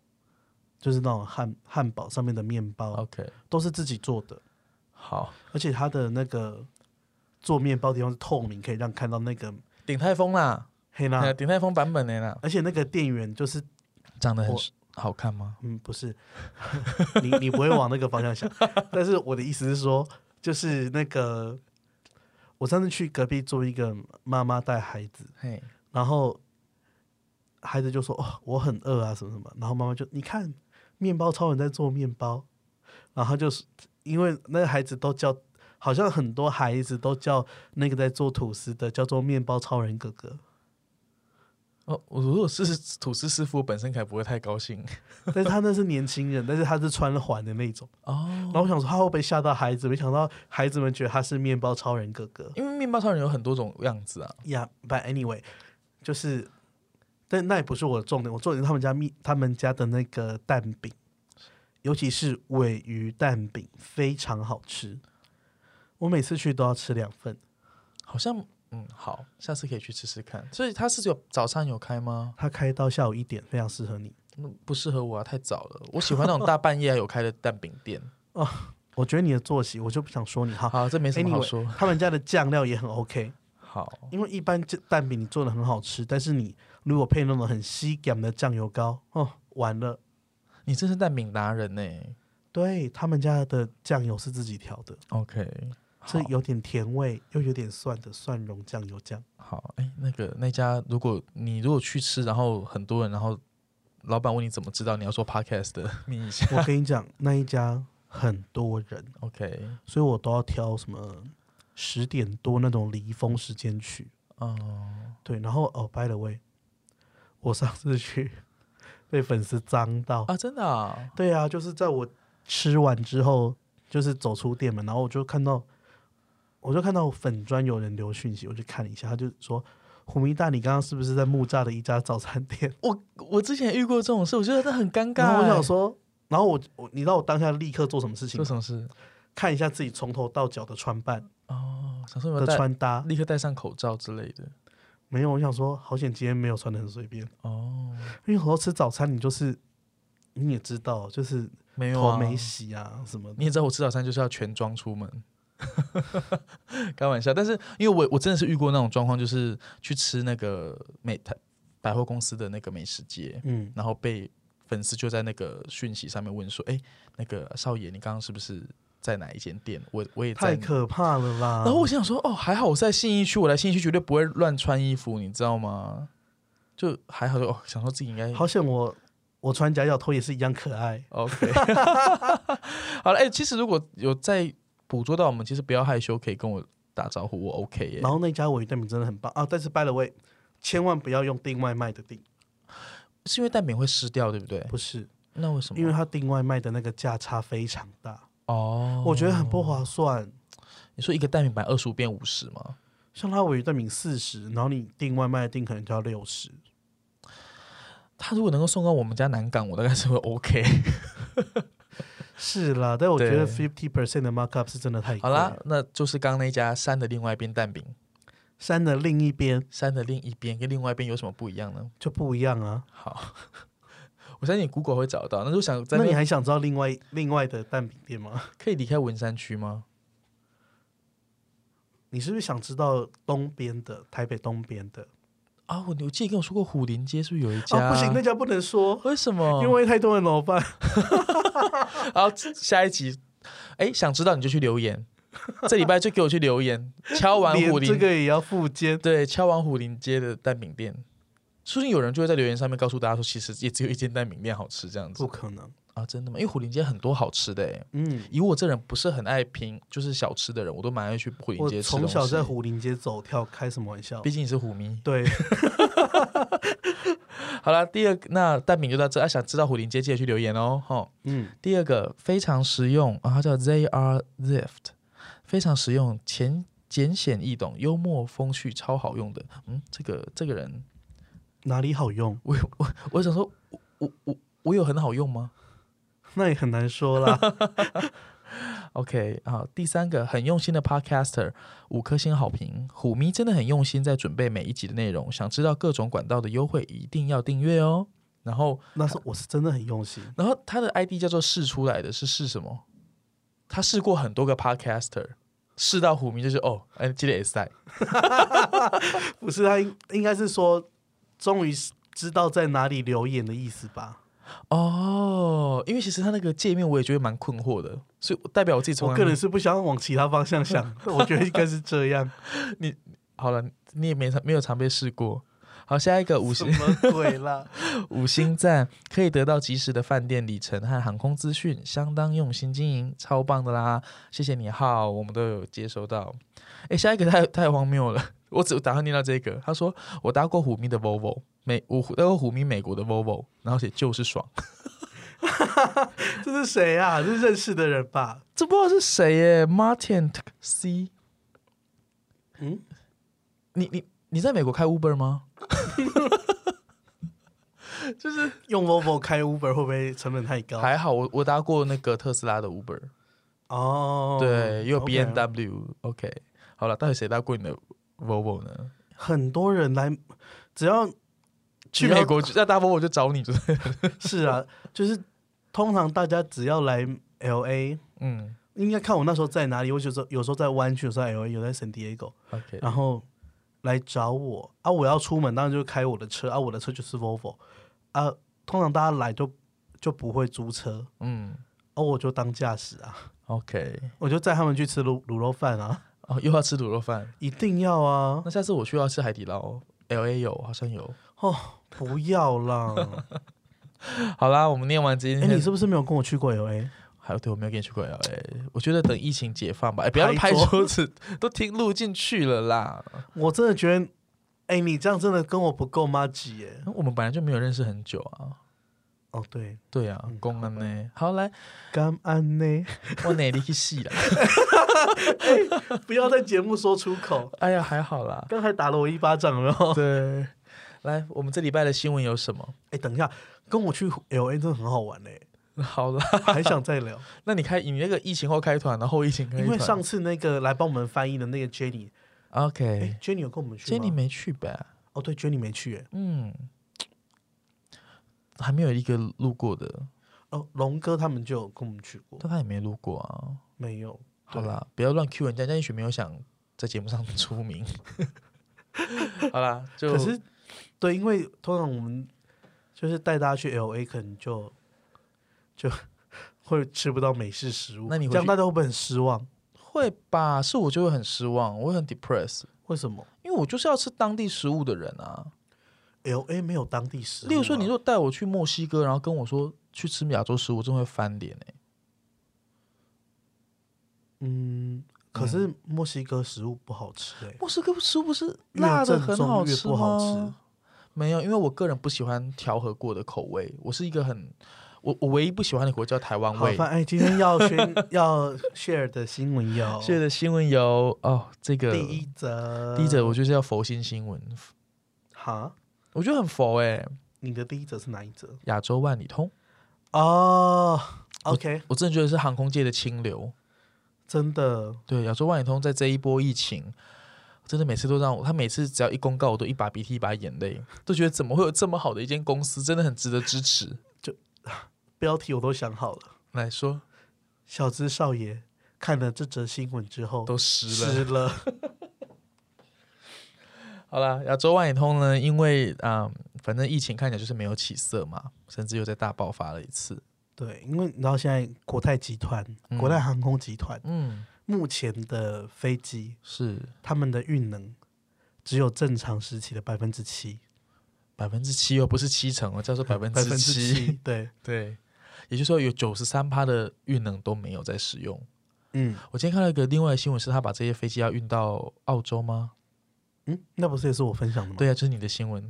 [SPEAKER 1] 就是那种汉汉堡上面的面包，
[SPEAKER 2] OK，
[SPEAKER 1] 都是自己做的。
[SPEAKER 2] 好，
[SPEAKER 1] 而且它的那个做面包的地方是透明，可以让看到那个
[SPEAKER 2] 鼎泰丰啦，
[SPEAKER 1] 黑
[SPEAKER 2] 哎呀
[SPEAKER 1] 啦。
[SPEAKER 2] 鼎泰丰版本的啦，
[SPEAKER 1] 而且那个店员就是，
[SPEAKER 2] 长得很
[SPEAKER 1] 我
[SPEAKER 2] 好看吗？
[SPEAKER 1] 嗯，不是， 你你不会往那个方向想。但是我的意思是说，就是那个，我上次去隔壁做一个妈妈带孩子，
[SPEAKER 2] 嘿，
[SPEAKER 1] 然后孩子就说：“哦，我很饿啊，什么什么。”然后妈妈就：“你看，面包超人在做面包。”然后就是因为那个孩子都叫，好像很多孩子都叫那个在做吐司的叫做面包超人哥哥。
[SPEAKER 2] 哦，我如果是吐司师傅，本身可能不会太高兴
[SPEAKER 1] 但是他那是年轻人，但是他是穿环的那种。
[SPEAKER 2] 哦，
[SPEAKER 1] 然后我想说他会不会吓到孩子？没想到孩子们觉得他是面包超人哥哥。
[SPEAKER 2] 因为面包超人有很多种样子啊。
[SPEAKER 1] Yeah，but anyway，就是，但那也不是我的重点，我重点是他们家蜜，他们家的那个蛋饼，尤其是尾鱼蛋饼，非常好吃。我每次去都要吃两份，
[SPEAKER 2] 好像，嗯，好，下次可以去吃吃看。所以它是有早餐有开吗？
[SPEAKER 1] 它开到下午一点，非常适合你。
[SPEAKER 2] 嗯不适合我啊，太早了。我喜欢那种大半夜还有开的蛋饼 店。
[SPEAKER 1] 我觉得你的作息，我就不想说你哈。
[SPEAKER 2] 好，这没什么好
[SPEAKER 1] Anyway，
[SPEAKER 2] 说。
[SPEAKER 1] 他们家的酱料也很 OK，
[SPEAKER 2] 好，
[SPEAKER 1] 因为一般这蛋饼你做的很好吃，但是你如果配那种很吸感的酱油膏，哦，完了。
[SPEAKER 2] 你真是蛋饼达人呢、
[SPEAKER 1] 对他们家的酱油是自己调的，
[SPEAKER 2] OK，
[SPEAKER 1] 是
[SPEAKER 2] 好
[SPEAKER 1] 有点甜味又有点蒜的蒜蓉酱油酱。
[SPEAKER 2] 好，哎，那个那家，如果你如果去吃，然后很多人，然后老板问你怎么知道，你要说 podcast 的密一下。
[SPEAKER 1] 我跟你讲，那一家很多人，
[SPEAKER 2] OK，
[SPEAKER 1] 所以我都要挑什么十点多那种离峰时间去。
[SPEAKER 2] 嗯，
[SPEAKER 1] 对，然后哦，by the way，我上次去 被粉丝脏到，
[SPEAKER 2] 啊，真的啊，
[SPEAKER 1] 对啊，就是在我吃完之后，就是走出店门，然后我就看到，我就看到粉砖有人留讯息，我就看了一下，他就说：“虎迷大，你刚刚是不是在木栅的一家早餐店
[SPEAKER 2] 我我之前也遇过这种事，我觉得那很尴？”尬、欸
[SPEAKER 1] 然后我想说，然后我我你知道我当下立刻做什么事情
[SPEAKER 2] 做
[SPEAKER 1] 吗？
[SPEAKER 2] 什么事？
[SPEAKER 1] 看一下自己从头到脚的穿扮
[SPEAKER 2] 哦，想说有没
[SPEAKER 1] 的
[SPEAKER 2] 有戴，
[SPEAKER 1] 穿搭，
[SPEAKER 2] 立刻戴上口罩之类的。
[SPEAKER 1] 没有，我想说好险今天没有穿的很随便，
[SPEAKER 2] 哦，
[SPEAKER 1] 因为很多吃早餐你就是你也知道，就是
[SPEAKER 2] 没有、
[SPEAKER 1] 头
[SPEAKER 2] 啊，
[SPEAKER 1] 没洗啊什么的，
[SPEAKER 2] 你也知道我吃早餐就是要全装出门， 开玩笑。但是因为我我真的是遇过那种状况，就是去吃那个美台百货公司的那个美食街，
[SPEAKER 1] 嗯，
[SPEAKER 2] 然后被粉丝就在那个讯息上面问说：“哎，那个少爷，你刚刚是不是在哪一间店？”我我也在
[SPEAKER 1] 太
[SPEAKER 2] 那。
[SPEAKER 1] 可怕了啦。
[SPEAKER 2] 然后我心想说：“哦，还好我是在信义区，我来信义区绝对不会乱穿衣服，你知道吗？就还好就，哦、想说自己应该
[SPEAKER 1] 好险我我穿夹脚拖也是一样可爱。
[SPEAKER 2] OK，好了，哎、其实如果有在捕捉到我们，其实不要害羞，可以跟我打招呼，我 OK 耶、
[SPEAKER 1] 然后那家我鱼蛋饼真的很棒啊！但是 by the way，千万不要用订外卖的订，
[SPEAKER 2] 是因为蛋饼会湿掉，对不对？
[SPEAKER 1] 不是，
[SPEAKER 2] 那为什么？
[SPEAKER 1] 因为它订外卖的那个价差非常大，
[SPEAKER 2] 哦，
[SPEAKER 1] 我觉得很不划算。
[SPEAKER 2] 你说一个蛋饼本二十五变五十吗？
[SPEAKER 1] 像它尾鱼蛋饼四十，然后你订外卖的订可能就要六十。
[SPEAKER 2] 他如果能够送到我们家南港，我大概是会 OK。
[SPEAKER 1] 是啦，但我觉得
[SPEAKER 2] 对
[SPEAKER 1] fifty percent 的 markup 是真的太贵。
[SPEAKER 2] 好啦，，那就是刚刚那家山的另外一边蛋饼，
[SPEAKER 1] 山的另一边
[SPEAKER 2] 山的另一边跟另外一边有什么不一样呢？
[SPEAKER 1] 就不一样啊。
[SPEAKER 2] 好， 我相信你 Google 会找到。那如果想在
[SPEAKER 1] 那
[SPEAKER 2] 那
[SPEAKER 1] 你
[SPEAKER 2] 边
[SPEAKER 1] 还想知道另外另外的蛋饼店吗？
[SPEAKER 2] 可以离开文山区吗？
[SPEAKER 1] 你是不是想知道东边的台北东边的？
[SPEAKER 2] 啊，我我记得跟我说过虎林街是不是有一家？
[SPEAKER 1] 啊，不行，那家不能说，
[SPEAKER 2] 为什么？
[SPEAKER 1] 因为太多人怎么办？
[SPEAKER 2] 然后下一集，哎，想知道你就去留言，这礼拜就给我去留言，敲完
[SPEAKER 1] 连
[SPEAKER 2] 虎林，
[SPEAKER 1] 这个也要附件。
[SPEAKER 2] 对，敲完虎林街的蛋饼店，说不定有人就会在留言上面告诉大家说，其实也只有一间蛋饼店好吃这样子
[SPEAKER 1] 不可能，
[SPEAKER 2] 啊，真的吗？因为虎林街很多好吃的哎。
[SPEAKER 1] 嗯，
[SPEAKER 2] 以我这人不是很爱拼，就是小吃的人，我都蛮爱去虎林
[SPEAKER 1] 嗯我
[SPEAKER 2] 街吃
[SPEAKER 1] 从小
[SPEAKER 2] 东西
[SPEAKER 1] 在，虎林街走跳，开什么玩笑
[SPEAKER 2] 毕？竟你是虎迷。
[SPEAKER 1] 对，
[SPEAKER 2] 好了，第二个那蛋饼就到这，啊、想知道虎林街记得去留言哦，哈。
[SPEAKER 1] 嗯，
[SPEAKER 2] 第二个非常实用啊，它叫 They Are Zift，非常实用，浅简显易懂，幽默风趣，超好用的。嗯，这个这个人，
[SPEAKER 1] 哪里好用？
[SPEAKER 2] 我有我我想说，我我我我有很好用吗
[SPEAKER 1] 那也很难说 啦。
[SPEAKER 2] ？OK 啊，第三个很用心的 Podcaster，五颗星好评，虎迷真的很用心在准备每一集的内容，想知道各种管道的优惠，一定要订阅哦。然后
[SPEAKER 1] 那是我是真的很用心，
[SPEAKER 2] 然后他的 ID 叫做试出来的是试什么？他试过很多个 podcaster，试到虎迷就是哦，哎，记得 S 赛
[SPEAKER 1] 不是他应应该是说，终于知道在哪里留言的意思吧？
[SPEAKER 2] 哦，因为其实他那个界面我也觉得蛮困惑的，所以我代表我自己从
[SPEAKER 1] 我
[SPEAKER 2] 来
[SPEAKER 1] 个
[SPEAKER 2] 没
[SPEAKER 1] 人是不想往其他方向 想，我觉得应该是这样。
[SPEAKER 2] 好了，你也没常没有常被试过。好，下一个五
[SPEAKER 1] 什
[SPEAKER 2] 星
[SPEAKER 1] 么鬼啦？
[SPEAKER 2] 五星赞，可以得到及时的饭店里程和航空资讯，相当用心经营，超棒的啦！谢谢你浩，我们都有接收到。哎，下一个太太荒谬了，我只打算念到这个。他说我搭过虎迷的 Volvo，美我搭过虎迷美国的 Volvo，然后写就是爽，
[SPEAKER 1] 这是谁啊？这是认识的人吧？
[SPEAKER 2] 这不知道是谁耶，Martin C。
[SPEAKER 1] 嗯，
[SPEAKER 2] 你你你在美国开 Uber 吗？
[SPEAKER 1] 就是用 Volvo 开 Uber 会不会成本太高？
[SPEAKER 2] 还好我我搭过那个特斯拉的 Uber。
[SPEAKER 1] 哦，
[SPEAKER 2] 对，也有 B N
[SPEAKER 1] OK
[SPEAKER 2] W。OK，好了，到底谁搭过你的 Volvo 呢？
[SPEAKER 1] 很多人来，只要只
[SPEAKER 2] 去
[SPEAKER 1] 要
[SPEAKER 2] 美国 就要搭 Volvo 就找你，就是
[SPEAKER 1] 是啊， 就是通常大家只要来 L A，
[SPEAKER 2] 嗯
[SPEAKER 1] 应该看我那时候在哪里，我有时候有时候在湾区，有时候在 L A，有在 San Diego，
[SPEAKER 2] ，OK，
[SPEAKER 1] 然后来找我啊，我要出门，当然就开我的车啊，我的车就是 Volvo 啊，通常大家来就就不会租车，
[SPEAKER 2] 嗯
[SPEAKER 1] 哦、我就当驾驶啊，
[SPEAKER 2] ，OK，
[SPEAKER 1] 我就载他们去吃卤卤肉饭啊，
[SPEAKER 2] 哦，又要吃卤肉饭，
[SPEAKER 1] 一定要啊，
[SPEAKER 2] 那下次我去要吃海底捞，L A 有，好像有。
[SPEAKER 1] 不要啦，
[SPEAKER 2] 好啦，我们念完今
[SPEAKER 1] 哎、
[SPEAKER 2] 天，
[SPEAKER 1] 你是不是没有跟我去过 L A？
[SPEAKER 2] 还有对我没有跟你去过 L A，我觉得等疫情解放吧，哎，不要
[SPEAKER 1] 拍
[SPEAKER 2] 拍
[SPEAKER 1] 桌
[SPEAKER 2] 桌子，都听录进去了啦。
[SPEAKER 1] 我真的觉得，哎、你这样真的跟我不够妈吉耶，
[SPEAKER 2] 我们本来就没有认识很久啊。
[SPEAKER 1] 哦对，
[SPEAKER 2] 对啊
[SPEAKER 1] 嗯，
[SPEAKER 2] 公安呢？好来，
[SPEAKER 1] 干安呢。
[SPEAKER 2] 我哪里去戏了？
[SPEAKER 1] 不要在节目说出口。
[SPEAKER 2] 哎呀，还好啦。
[SPEAKER 1] 刚才打了我一巴掌，有没有？
[SPEAKER 2] 对，来，我们这礼拜的新闻有什么？
[SPEAKER 1] 哎，等一下，跟我去 L A 真的很好玩嘞、
[SPEAKER 2] 好啦，
[SPEAKER 1] 还想再 聊。
[SPEAKER 2] 那你开你那个疫情后开团，然后疫情开团，
[SPEAKER 1] 因为上次那个来帮我们翻译的那个 Jenny，哎
[SPEAKER 2] OK，
[SPEAKER 1] ，Jenny 有跟我们去
[SPEAKER 2] 今天
[SPEAKER 1] 吗
[SPEAKER 2] 你没去吧？
[SPEAKER 1] 哦，对，Jenny 没去、哎
[SPEAKER 2] 嗯，还没有一个路过的，
[SPEAKER 1] 哦，龙哥他们就有跟我们去过，
[SPEAKER 2] 但他也没路过啊。
[SPEAKER 1] 没有。
[SPEAKER 2] 好
[SPEAKER 1] 对，
[SPEAKER 2] 啦，不要乱 Q 人家，人家也许没有想在节目上 出名。好啦，就
[SPEAKER 1] 可是对，因为通常我们就是带大家去 L A，可能就就会吃不到美式食物。
[SPEAKER 2] 那你回去
[SPEAKER 1] 这样大家会不会很失望？
[SPEAKER 2] 会吧？是我就会很失望，我会很 depress，
[SPEAKER 1] 为什么？
[SPEAKER 2] 因为我就是要吃当地食物的人啊。
[SPEAKER 1] L A 没有当地食物啊。
[SPEAKER 2] 例如说，你如果带我去墨西哥，然后跟我说去吃亚洲食物，我真的会翻脸哎、
[SPEAKER 1] 嗯，可是墨西哥食物不好吃哎、
[SPEAKER 2] 墨西哥食物不是
[SPEAKER 1] 越
[SPEAKER 2] 辣的
[SPEAKER 1] 正
[SPEAKER 2] 很
[SPEAKER 1] 宗
[SPEAKER 2] 好
[SPEAKER 1] 越
[SPEAKER 2] 吃
[SPEAKER 1] 不好
[SPEAKER 2] 吗？没有，因为我个人不喜欢调和过的口味，我是一个很我我唯一不喜欢的口味叫台湾
[SPEAKER 1] 好
[SPEAKER 2] 味。
[SPEAKER 1] 烦哎！今天要 宣要 share 的新闻有
[SPEAKER 2] 现在的新闻有哦，这个
[SPEAKER 1] 第一则，
[SPEAKER 2] 第一则我就是要佛心新闻，
[SPEAKER 1] 哈，
[SPEAKER 2] 我觉得很佛哎、
[SPEAKER 1] 你的第一则是哪一则？
[SPEAKER 2] 亚洲万里通，
[SPEAKER 1] 哦，OK，
[SPEAKER 2] 我真的觉得是航空界的清流。
[SPEAKER 1] 真的，
[SPEAKER 2] 对，亚洲万里通在这一波疫情，真的每次都让我，他每次只要一公告，我都一把鼻涕一把眼泪，都觉得怎么会有这么好的一间公司，真的很值得支持。
[SPEAKER 1] 标题我都想好了。
[SPEAKER 2] 来说
[SPEAKER 1] 小资少爷看了这则新闻之后，
[SPEAKER 2] 都湿了，
[SPEAKER 1] 湿了。
[SPEAKER 2] 好啦，亚洲万里通呢，因为啊、反正疫情看起来就是没有起色嘛，甚至又再大爆发了一次。
[SPEAKER 1] 对，因为你知道现在国泰集团、
[SPEAKER 2] 嗯
[SPEAKER 1] 国泰航空集团
[SPEAKER 2] 嗯，
[SPEAKER 1] 目前的飞机，
[SPEAKER 2] 是
[SPEAKER 1] 他们的运能只有正常时期的百分之七，
[SPEAKER 2] 百分之七哦，不是七成哦，叫做百分
[SPEAKER 1] 百分
[SPEAKER 2] 之
[SPEAKER 1] 之
[SPEAKER 2] 七。
[SPEAKER 1] 七，对，
[SPEAKER 2] 对，也就是说有九十三趴的运能都没有在使用。
[SPEAKER 1] 嗯
[SPEAKER 2] 我今天看到一个另外的新闻，是他把这些飞机要运到澳洲吗？
[SPEAKER 1] 嗯，那不是也是我分享的吗？
[SPEAKER 2] 对啊，这是你的新闻。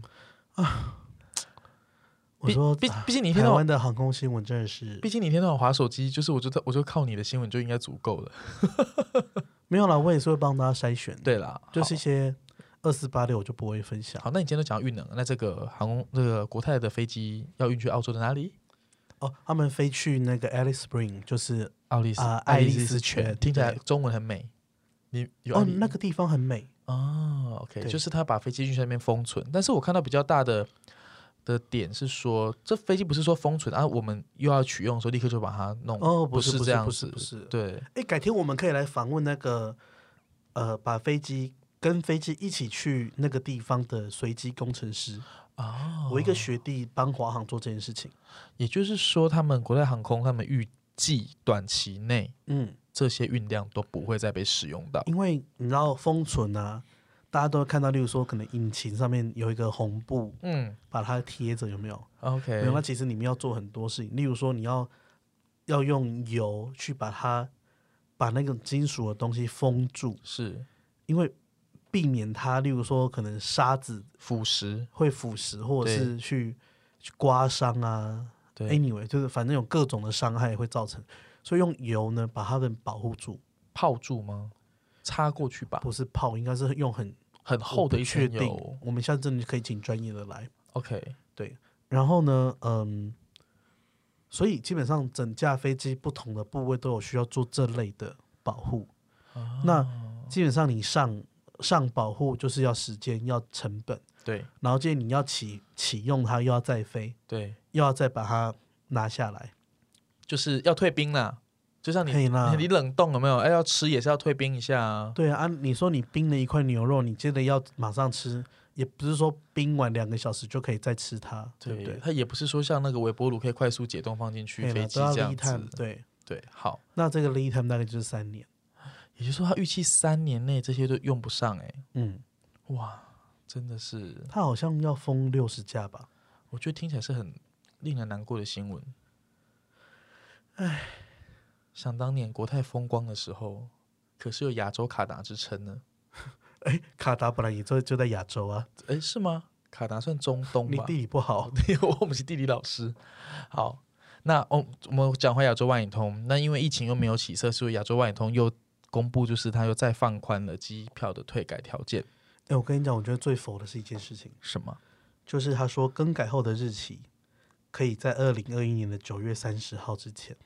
[SPEAKER 1] 我说
[SPEAKER 2] 毕毕
[SPEAKER 1] 啊
[SPEAKER 2] 毕竟你一天
[SPEAKER 1] 台
[SPEAKER 2] 到
[SPEAKER 1] 湾
[SPEAKER 2] 晚，
[SPEAKER 1] 的航空新闻真的是
[SPEAKER 2] 毕竟你一天到晚划手机，就是我觉得我就靠你的新闻就应该足够了。
[SPEAKER 1] 没有啦，我也是会帮大家筛选，，
[SPEAKER 2] 对啦，
[SPEAKER 1] 就是一些二四八六我就不会分享
[SPEAKER 2] 好。好，那你今天都讲到运能，那这个航空这个国泰的飞机要运去澳洲的哪里？
[SPEAKER 1] 哦。他们飞去那个 Alice Spring，就是
[SPEAKER 2] 奥利斯
[SPEAKER 1] 啊
[SPEAKER 2] 爱丽
[SPEAKER 1] 爱丽
[SPEAKER 2] 丝
[SPEAKER 1] 丝
[SPEAKER 2] 泉，
[SPEAKER 1] 泉
[SPEAKER 2] 听起来
[SPEAKER 1] 对
[SPEAKER 2] 中文很美。你有
[SPEAKER 1] 哦
[SPEAKER 2] 爱丽
[SPEAKER 1] 那个地方很美，
[SPEAKER 2] 哦，OK，
[SPEAKER 1] 对
[SPEAKER 2] 就是他把飞机运去那边封存，但是我看到比较大的的点是说，这飞机不是说封存啊，我们又要取用的时候立刻就把它弄，
[SPEAKER 1] 哦，不
[SPEAKER 2] 不
[SPEAKER 1] 是
[SPEAKER 2] 这样
[SPEAKER 1] 不
[SPEAKER 2] 子，
[SPEAKER 1] 是不是。
[SPEAKER 2] 对，
[SPEAKER 1] 哎，改天我们可以来访问那个，呃，把飞机跟飞机一起去那个地方的随机工程师。
[SPEAKER 2] 哦，
[SPEAKER 1] 我一个学弟帮华航做这件事情，
[SPEAKER 2] 也就是说，他们国泰航空他们预计短期内
[SPEAKER 1] 嗯，
[SPEAKER 2] 这些运量都不会再被使用到。
[SPEAKER 1] 因为你知道封存啊，大家都会看到，例如说可能引擎上面有一个红布，
[SPEAKER 2] 嗯
[SPEAKER 1] 把它贴着，有没有？
[SPEAKER 2] ，OK，
[SPEAKER 1] 没有，那其实你们要做很多事情，例如说你要要用油去把它把那个金属的东西封住，
[SPEAKER 2] 是
[SPEAKER 1] 因为避免它，例如说可能沙子
[SPEAKER 2] 腐蚀，
[SPEAKER 1] 会腐蚀，或者
[SPEAKER 2] 对
[SPEAKER 1] 是去去刮伤啊。
[SPEAKER 2] 对，
[SPEAKER 1] Anyway，就是反正有各种的伤害会造成，所以用油呢把它们保护住，
[SPEAKER 2] 泡住吗？插过去吧，
[SPEAKER 1] 不是泡，应该是用很
[SPEAKER 2] 很厚的一
[SPEAKER 1] 确
[SPEAKER 2] 圈
[SPEAKER 1] 定
[SPEAKER 2] 油。。
[SPEAKER 1] 我们下次真的可以请专业的来。
[SPEAKER 2] OK，
[SPEAKER 1] 然后呢，嗯，所以基本上整架飞机不同的部位都有需要做这类的保护。
[SPEAKER 2] 啊
[SPEAKER 1] 那基本上你上上保护就是要时间，要成本，
[SPEAKER 2] 对
[SPEAKER 1] 然后接着你要启启用它，又要再飞，
[SPEAKER 2] 对，
[SPEAKER 1] 又要再把它拿下来。
[SPEAKER 2] 就是要退兵啦，就像你
[SPEAKER 1] 可以啦
[SPEAKER 2] 你冷冻有没有？哎，要吃也是要退冰一下啊。
[SPEAKER 1] 对啊，啊你说你冰了一块牛肉，你接着要马上吃，也不是说冰完两个小时就可以再吃它，对不对？
[SPEAKER 2] 它也不是说像那个微波炉可以快速解冻放进去
[SPEAKER 1] 可以
[SPEAKER 2] 飞
[SPEAKER 1] 了，
[SPEAKER 2] 机
[SPEAKER 1] 都要
[SPEAKER 2] 这样
[SPEAKER 1] lead time，
[SPEAKER 2] 子。
[SPEAKER 1] 对。
[SPEAKER 2] 对，好，
[SPEAKER 1] 那这个 lead time 大概就是三年，
[SPEAKER 2] 也就是说，它预期三年内这些都用不上、
[SPEAKER 1] 嗯，
[SPEAKER 2] 哎，哇，真的是
[SPEAKER 1] 它好像要封六十架吧。
[SPEAKER 2] 我觉得听起来是很令人难过的新闻。唉，想当年国泰风光的时候，可是有亚洲卡达之称呢。
[SPEAKER 1] 哎，卡达本来也就就在亚洲啊，
[SPEAKER 2] 诶，是吗？卡达算中东
[SPEAKER 1] 你
[SPEAKER 2] 吧？
[SPEAKER 1] 地理不好，
[SPEAKER 2] 哦 我们是地理老师。好，那哦，我们讲回亚洲万里通。那因为疫情又没有起色，所以亚洲万里通又公布，就是它又再放宽了机票的退改条件。
[SPEAKER 1] 哎，我跟你讲，我觉得最佛的是一件事情，
[SPEAKER 2] 什么？
[SPEAKER 1] 就是他说更改后的日期可以在二零二一年的九月三十号之前。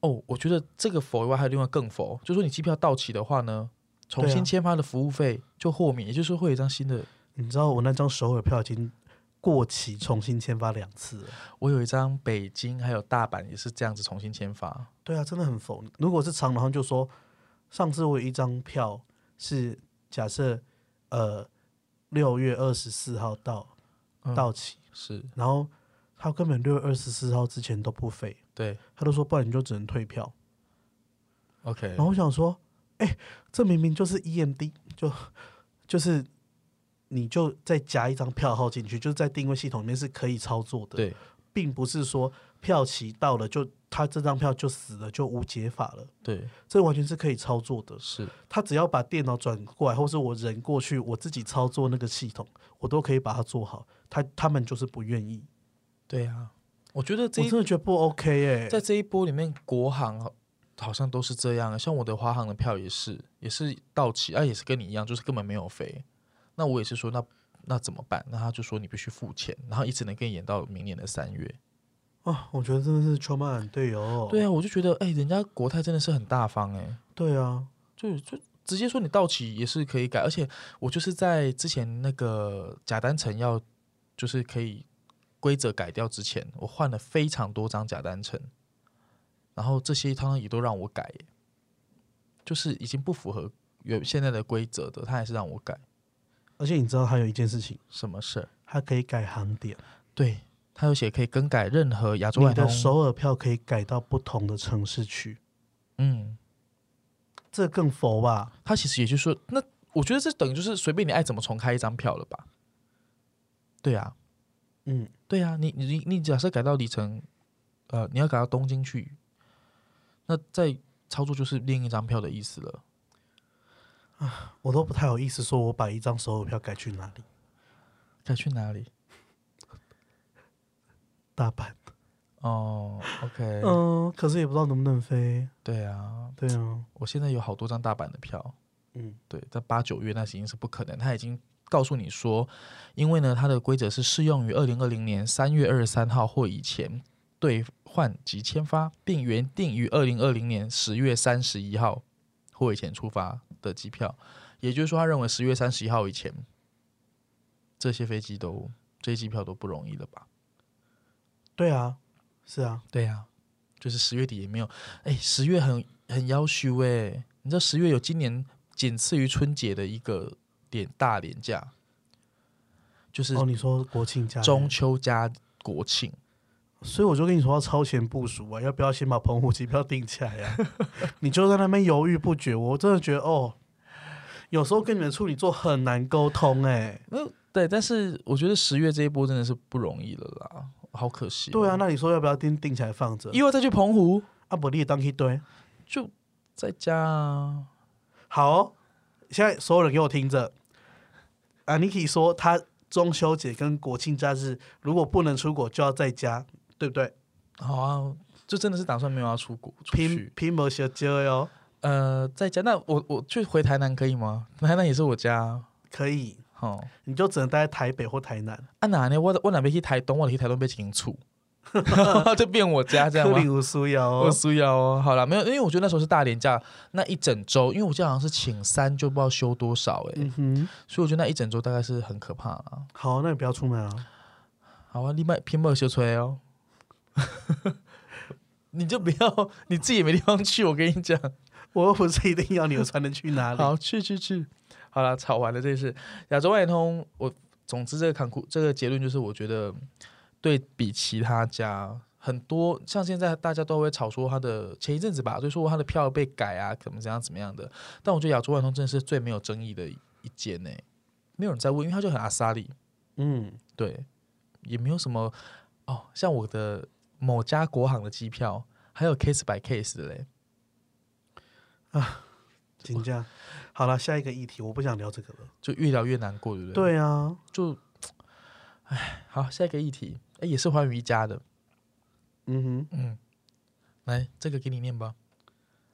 [SPEAKER 2] 哦，我觉得这个否以外，还有另外更否，就说你机票到期的话呢，重
[SPEAKER 1] 对啊
[SPEAKER 2] 新签发的服务费就豁免，也就是说会有一张新的。
[SPEAKER 1] 你知道我那张首尔票已经过期，重新签发两次了。
[SPEAKER 2] 我有一张北京还有大阪也是这样子重新签发，
[SPEAKER 1] 对啊，真的很佛。如果是长的话，就说上次我有一张票是假设呃六月二十四号到
[SPEAKER 2] 嗯
[SPEAKER 1] 到期，
[SPEAKER 2] 是
[SPEAKER 1] 然后他根本六月二十四号之前都不飞，
[SPEAKER 2] 对
[SPEAKER 1] 他都说不然你就只能退票。
[SPEAKER 2] ，OK，
[SPEAKER 1] 然 E 后我想说，哎、这明明就是 EMD，就就是你就再加一张票号进去，就是在定位系统里面是可以操作的，
[SPEAKER 2] 对
[SPEAKER 1] 并不是说票期到了就他这张票就死了，就无解法了，
[SPEAKER 2] 对
[SPEAKER 1] 这完全是可以操作的。
[SPEAKER 2] 是，
[SPEAKER 1] 他只要把电脑转过来，或是我人过去，我自己操作那个系统，我都可以把它做好。他他们就是不愿意，
[SPEAKER 2] 对啊，我觉得这
[SPEAKER 1] 我
[SPEAKER 2] 一
[SPEAKER 1] 真的觉得不 OK 哎、
[SPEAKER 2] 在这一波里面，国航好好像都是这样，啊像我的华航的票也是，也是到期，啊，也是跟你一样，就是根本没有飞。那我也是说，那那怎么办？那他就说你必须付钱，然后一直能跟你延到明年的三月。
[SPEAKER 1] 啊，我觉得真的是充满队友。
[SPEAKER 2] 对啊，我就觉得，哎、人家国泰真的是很大方、哎，
[SPEAKER 1] 对啊，
[SPEAKER 2] 就就直接说你到期也是可以改，而且我就是在之前那个假单程要就是可以规则改掉之前，我换了非常多张假单程，然后这些他也都让我改耶，就是已经不符合原现在的规则的，他还是让我改，
[SPEAKER 1] 而且你知道还有一件事情，
[SPEAKER 2] 什么事儿？
[SPEAKER 1] 它可以改航点，
[SPEAKER 2] 啊对他有写可以更改任何亚洲
[SPEAKER 1] 你
[SPEAKER 2] 海
[SPEAKER 1] 的
[SPEAKER 2] 通，
[SPEAKER 1] 首尔票可以改到不同的城市去，
[SPEAKER 2] 嗯，
[SPEAKER 1] 这更佛吧？
[SPEAKER 2] 他其实也就是说，那我觉得这等于就是随便你爱怎么重开一张票了吧？对啊，
[SPEAKER 1] 嗯，
[SPEAKER 2] 对啊，你你你假设改到里程，呃，你要改到东京去，那再操作就是另一张票的意思了。
[SPEAKER 1] 我都不太好意思说我把一张首尔票改去哪里，
[SPEAKER 2] 该去哪里？
[SPEAKER 1] 大阪。
[SPEAKER 2] 哦，OK，、
[SPEAKER 1] 嗯，可是也不知道能不能飞。
[SPEAKER 2] 对啊，
[SPEAKER 1] 对啊，
[SPEAKER 2] 我现在有好多张大阪的票，
[SPEAKER 1] 嗯，
[SPEAKER 2] 对，在八九月那已经是不可能，他已经告诉你说，因为呢，它的规则是适用于二零二零年三月二十三号或以前兑换及签发，并原定于二零二零年十月三十一号或以前出发的机票，也就是说，他认为十月三十一号以前，这些飞机都这些机票都不容易了吧？
[SPEAKER 1] 对啊，是啊，
[SPEAKER 2] 对呀、就是十月底也没有，哎，十月很很要求哎，你知道十月有今年仅次于春节的一个点大连假，就是
[SPEAKER 1] 哦，你说国庆假日
[SPEAKER 2] 中，秋加国庆，
[SPEAKER 1] 所以我就跟你说要超前部署啊，要不要先把澎湖机票定起来呀、 你就在那边犹豫不决，我真的觉得哦，有时候跟你们处女座很难沟通哎、
[SPEAKER 2] 那对，但是我觉得十月这一波真的是不容易了啦，好可惜、哦
[SPEAKER 1] 对啊，，那你说要不要定定起来放着？啊
[SPEAKER 2] 又要再去澎湖，
[SPEAKER 1] 阿伯利当一堆，
[SPEAKER 2] 就在家啊，
[SPEAKER 1] 好哦、现在所有人给我听着。a n i k 说，他中秋节跟国庆假日如果不能出国，就要在家，对不对？
[SPEAKER 2] 好啊，就真的是打算没有要出国出
[SPEAKER 1] 拼
[SPEAKER 2] 去，
[SPEAKER 1] 拼搏小哦交哟，
[SPEAKER 2] 呃，在家，那我我去回台南可以吗？台南也是我家啊，
[SPEAKER 1] 可以，
[SPEAKER 2] 好、
[SPEAKER 1] 你就只能待在台北或台南。
[SPEAKER 2] 啊哪呢？我我哪边去台东，我去台东被清楚， 就变我家这样
[SPEAKER 1] 克
[SPEAKER 2] 吗
[SPEAKER 1] 里？无苏瑶
[SPEAKER 2] 我
[SPEAKER 1] 哦，
[SPEAKER 2] 苏瑶哦，好了，没有，因为我觉得那时候是大连假那一整周，因为我记得好像是请三就不知道休多少哎、
[SPEAKER 1] 嗯哼，
[SPEAKER 2] 所以我觉得那一整周大概是很可怕了。
[SPEAKER 1] 好，那你不要出门啊。
[SPEAKER 2] 好啊，另外偏莫休吹哦， 你就不要你自己也没地方去，我跟你讲。
[SPEAKER 1] 我又不是一定要你，我才能去哪里？
[SPEAKER 2] 好，去去去，好了，吵完了这事。亚洲外通，我总之这个坎库这个结论就是，我觉得对比其他家很多，像现在大家都会吵说他的前一阵子吧，就说他的票被改啊，怎么怎样怎么样的。但我觉得亚洲外通真的是最没有争议的一一间呢、没有人在问，因为他就很阿萨利，
[SPEAKER 1] 嗯，
[SPEAKER 2] 对，也没有什么哦，像我的某家国行的机票，还有 case by case 的嘞。
[SPEAKER 1] 请假。好了，下一个议题，我不想聊这个了。
[SPEAKER 2] 就越聊越难过，对不对？
[SPEAKER 1] 对啊，
[SPEAKER 2] 就，唉，好，下一个议题，哎，也是关于一家的，
[SPEAKER 1] 嗯哼，
[SPEAKER 2] 来，这个给你念吧。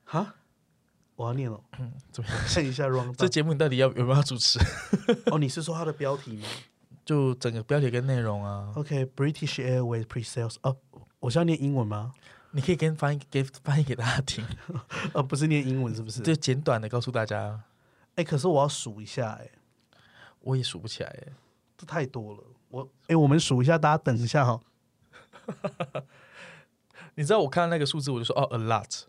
[SPEAKER 1] 哈，我要念了，
[SPEAKER 2] 嗯，怎么样？
[SPEAKER 1] 看 一下 round
[SPEAKER 2] 这节目你到底要有没有要主持？
[SPEAKER 1] 哦，你是说它的标题吗
[SPEAKER 2] 就整个标题跟内容啊，
[SPEAKER 1] ？OK，British Airways pre-sales。哦，我是要念英文吗？
[SPEAKER 2] 你可以跟翻译给翻译给大家听，
[SPEAKER 1] 呃，不是念英文，是不是？
[SPEAKER 2] 就简短的告诉大家。
[SPEAKER 1] 哎，可是我要数一下，哎，
[SPEAKER 2] 我也数不起来耶，
[SPEAKER 1] 这太多了。我哎，我们数一下，大家等一下哈。
[SPEAKER 2] 你知道我看到那个数字，我就说哦，a lot，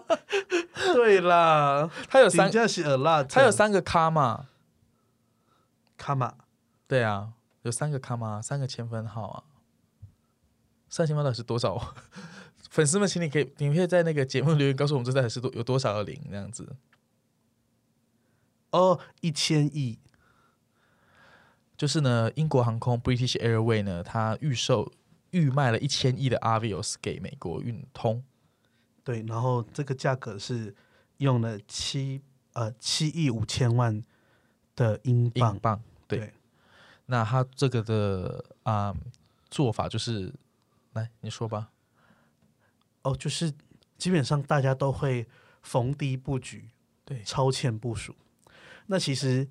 [SPEAKER 1] 对啦，
[SPEAKER 2] 它有三
[SPEAKER 1] 真，正是 a lot，
[SPEAKER 2] 它有三个咖嘛，
[SPEAKER 1] 卡嘛，
[SPEAKER 2] 对啊，有三个咖嘛，三个千分号啊，三千分到底是多少？ 粉丝们，请你可以，你可以在那个节目留言告诉我们这到底是多有多少个零这样子。
[SPEAKER 1] 哦，一千亿，
[SPEAKER 2] 就是呢，英国航空 British a i r w a y 呢，它预售预卖了一千亿的 Avios 给美国运通，
[SPEAKER 1] 对，然后这个价格是用了七呃七亿五千万的英镑
[SPEAKER 2] 英，镑。对，
[SPEAKER 1] 对
[SPEAKER 2] 那它这个的啊、做法就是，来你说吧。
[SPEAKER 1] 哦，就是基本上大家都会逢低布局，
[SPEAKER 2] 对
[SPEAKER 1] 超前部署。那其实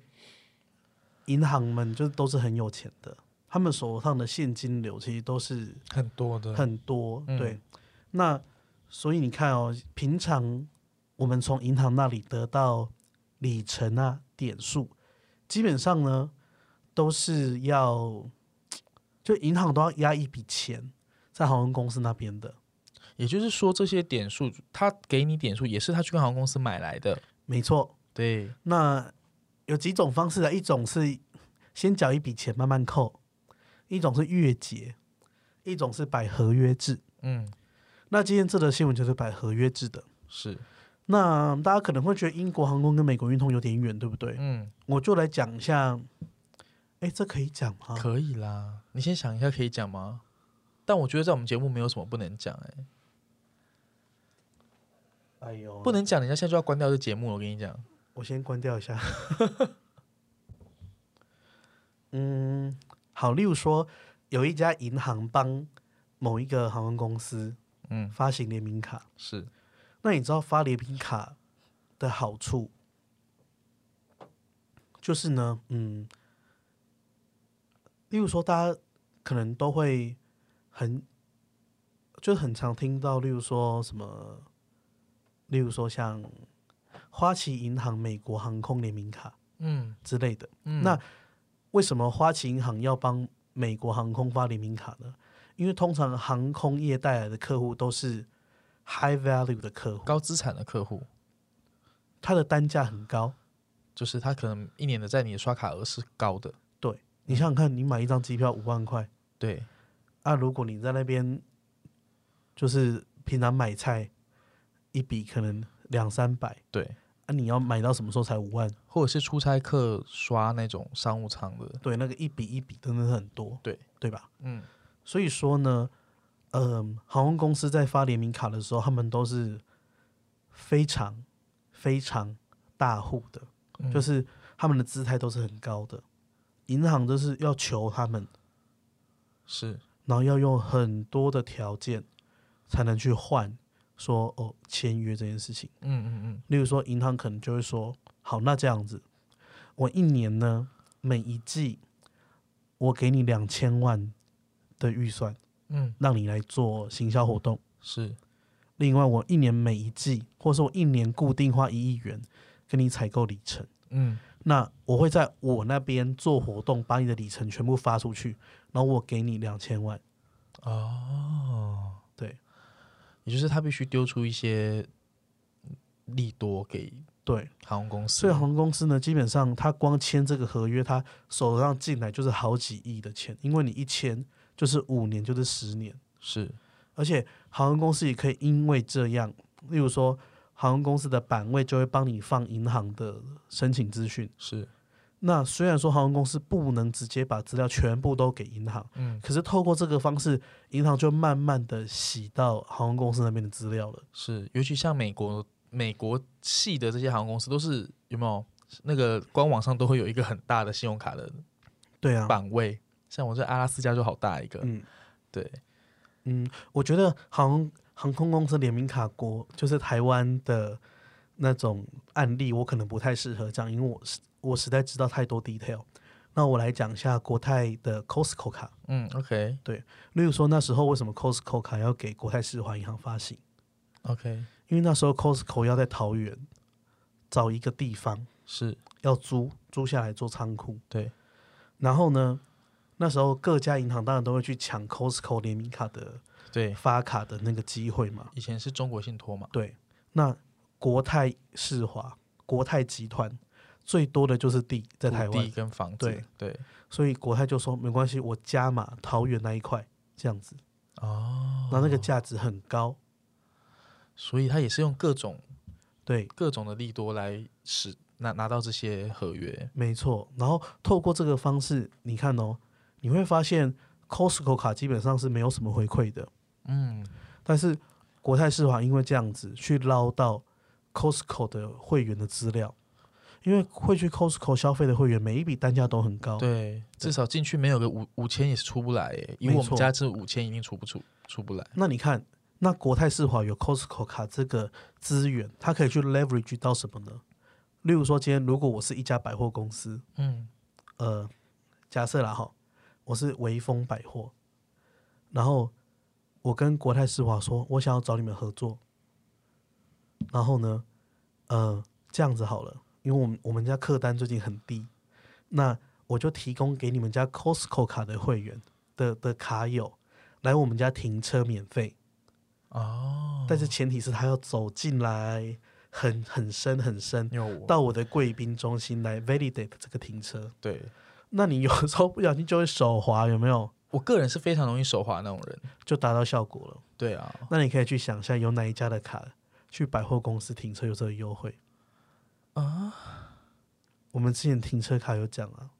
[SPEAKER 1] 银行们就都是很有钱的，他们手上的现金流其实都是
[SPEAKER 2] 很多的
[SPEAKER 1] 很多。
[SPEAKER 2] 嗯
[SPEAKER 1] 对，那所以你看哦，平常我们从银行那里得到里程啊、点数，基本上呢都是要，就银行都要压一笔钱在航空公司那边的。
[SPEAKER 2] 也就是说，这些点数，他给你点数也是他去跟航空公司买来的。
[SPEAKER 1] 没错，
[SPEAKER 2] 对，
[SPEAKER 1] 那有几种方式啊？一种是先缴一笔钱慢慢扣，一种是月结，一种是摆合约制。
[SPEAKER 2] 嗯，
[SPEAKER 1] 那今天这则新闻就是摆合约制的。
[SPEAKER 2] 是，
[SPEAKER 1] 那大家可能会觉得英国航空跟美国运通有点远，对不对？
[SPEAKER 2] 嗯，
[SPEAKER 1] 我就来讲一下，哎，这可以讲吗？
[SPEAKER 2] 可以啦。你先想一下，可以讲吗？但我觉得在我们节目没有什么不能讲，哎，
[SPEAKER 1] 哎呦，
[SPEAKER 2] 不，能讲，人家现在就要关掉这节目了。我跟你讲，
[SPEAKER 1] 我先关掉一下。 嗯，好，例如说有一家银行帮某一个航空公司
[SPEAKER 2] 嗯，
[SPEAKER 1] 发行联名卡，
[SPEAKER 2] 是
[SPEAKER 1] 那你知道发联名卡的好处，就是呢，嗯，例如说，大家可能都会很，就是很常听到，例如说什么，例如说像花旗银行、美国航空联名卡
[SPEAKER 2] 嗯
[SPEAKER 1] 之类的。
[SPEAKER 2] 嗯
[SPEAKER 1] 那为什么花旗银行要帮美国航空发联名卡呢？因为通常航空业带来的客户都是 high value 的客户，
[SPEAKER 2] 高资产的客户，
[SPEAKER 1] 它的单价很高。
[SPEAKER 2] 就是他可能一年的在你的刷卡额是高的，嗯
[SPEAKER 1] 你想想看，你买一张机票五万块，
[SPEAKER 2] 对，
[SPEAKER 1] 啊，如果你在那边就是平常买菜，一笔可能两三百，
[SPEAKER 2] 对，
[SPEAKER 1] 啊，你要买到什么时候才五万？
[SPEAKER 2] 或者是出差客刷那种商务舱的，
[SPEAKER 1] 对，那个一笔一笔真的是很多，
[SPEAKER 2] 对
[SPEAKER 1] 对吧？
[SPEAKER 2] 嗯，
[SPEAKER 1] 所以说呢，嗯、航空公司在发联名卡的时候，他们都是非常非常大户的，
[SPEAKER 2] 嗯
[SPEAKER 1] 就是他们的姿态都是很高的，银行就是要求他们，
[SPEAKER 2] 是
[SPEAKER 1] 然后要用很多的条件才能去换说哦签约这件事情。
[SPEAKER 2] 嗯嗯嗯，
[SPEAKER 1] 例如说，银行可能就会说，好，那这样子，我一年呢每一季我给你两千万的预算，
[SPEAKER 2] 嗯，
[SPEAKER 1] 让你来做行销活动。
[SPEAKER 2] 是
[SPEAKER 1] 另外，我一年每一季，或是我一年固定花一亿元给你采购里程。
[SPEAKER 2] 嗯
[SPEAKER 1] 那我会在我那边做活动，把你的里程全部发出去，然后我给你两千万。
[SPEAKER 2] 哦，
[SPEAKER 1] 对，
[SPEAKER 2] 也就是他必须丢出一些利多给
[SPEAKER 1] 对，
[SPEAKER 2] 航空公司，
[SPEAKER 1] 所以航空公司呢，基本上它光签这个合约，它手上进来就是好几亿的钱，因为你一签就是五年，就是十年，
[SPEAKER 2] 是
[SPEAKER 1] 而且航空公司也可以因为这样，例如说航空公司的版位就会帮你放银行的申请资讯。
[SPEAKER 2] 是，
[SPEAKER 1] 那虽然说航空公司不能直接把资料全部都给银行，
[SPEAKER 2] 嗯
[SPEAKER 1] 可是透过这个方式，银行就慢慢的洗到航空公司那边的资料了。
[SPEAKER 2] 是，尤其像美国美国系的这些航空公司都是有没有那个官网上都会有一个很大的信用卡的
[SPEAKER 1] 对啊，
[SPEAKER 2] 版位，像我这阿拉斯加就好大一个，
[SPEAKER 1] 嗯。
[SPEAKER 2] 对，
[SPEAKER 1] 嗯，我觉得航空航空公司联名卡国就是台湾的那种案例，我可能不太适合讲，因为我实我实在知道太多 detail。那我来讲一下国泰的 Costco 卡，
[SPEAKER 2] 嗯，OK
[SPEAKER 1] 例如说那时候为什么 Costco 卡要给国泰世华银行发行，
[SPEAKER 2] OK
[SPEAKER 1] 因为那时候 Costco 要在桃园找一个地方
[SPEAKER 2] 是，
[SPEAKER 1] 要租租下来做仓库，
[SPEAKER 2] 对，
[SPEAKER 1] 然后呢，那时候各家银行当然都会去抢 Costco 联名卡的
[SPEAKER 2] 对，
[SPEAKER 1] 发卡的那个机会嘛，
[SPEAKER 2] 以前是中国信托嘛，
[SPEAKER 1] 对，那国泰世华、国泰集团最多的就是地在台
[SPEAKER 2] 土地
[SPEAKER 1] 湾，
[SPEAKER 2] 跟房
[SPEAKER 1] 对
[SPEAKER 2] 子，对，
[SPEAKER 1] 所以国泰就说没关系，我加码桃园那一块这样子，
[SPEAKER 2] 哦，
[SPEAKER 1] 那那个价值很高，
[SPEAKER 2] 所以他也是用各种
[SPEAKER 1] 对
[SPEAKER 2] 各种的利多来使拿拿到这些合约。
[SPEAKER 1] 没错。然后透过这个方式，你看哦，你会发现 Costco 卡基本上是没有什么回馈的，
[SPEAKER 2] 嗯，
[SPEAKER 1] 但是国泰世华因为这样子去捞到 Costco 的会员的资料，因为会去 Costco 消费的会员，每一笔单价都很高。
[SPEAKER 2] 对，至少进去没有个五五千也是出不来诶，以
[SPEAKER 1] 没
[SPEAKER 2] 我们
[SPEAKER 1] 错
[SPEAKER 2] 家这五千一定出不出出不来。
[SPEAKER 1] 那你看，那国泰世华有 Costco 卡这个资源，它可以去 leverage 到什么呢？例如说，今天如果我是一家百货公司，
[SPEAKER 2] 嗯
[SPEAKER 1] 呃，假设啦哈，我是微风百货，然后我跟国泰世华说，我想要找你们合作，然后呢，呃，这样子好了，因为我们我们家客单最近很低，那我就提供给你们家 Costco 卡的会员的的卡友来我们家停车免费，
[SPEAKER 2] 哦，
[SPEAKER 1] 但是前提是他要走进来很很深很深。
[SPEAKER 2] 因为我
[SPEAKER 1] 到我的贵宾中心来 validate 这个停车，
[SPEAKER 2] 对
[SPEAKER 1] 那你有时候不小心就会手滑，有没有？
[SPEAKER 2] 我个人是非常容易手滑那种人。
[SPEAKER 1] 就达到效果了。
[SPEAKER 2] 对啊，
[SPEAKER 1] 那你可以去想一下，有哪一家的卡去百货公司停车有这个优惠
[SPEAKER 2] 啊？
[SPEAKER 1] 我们之前停车卡有讲啊，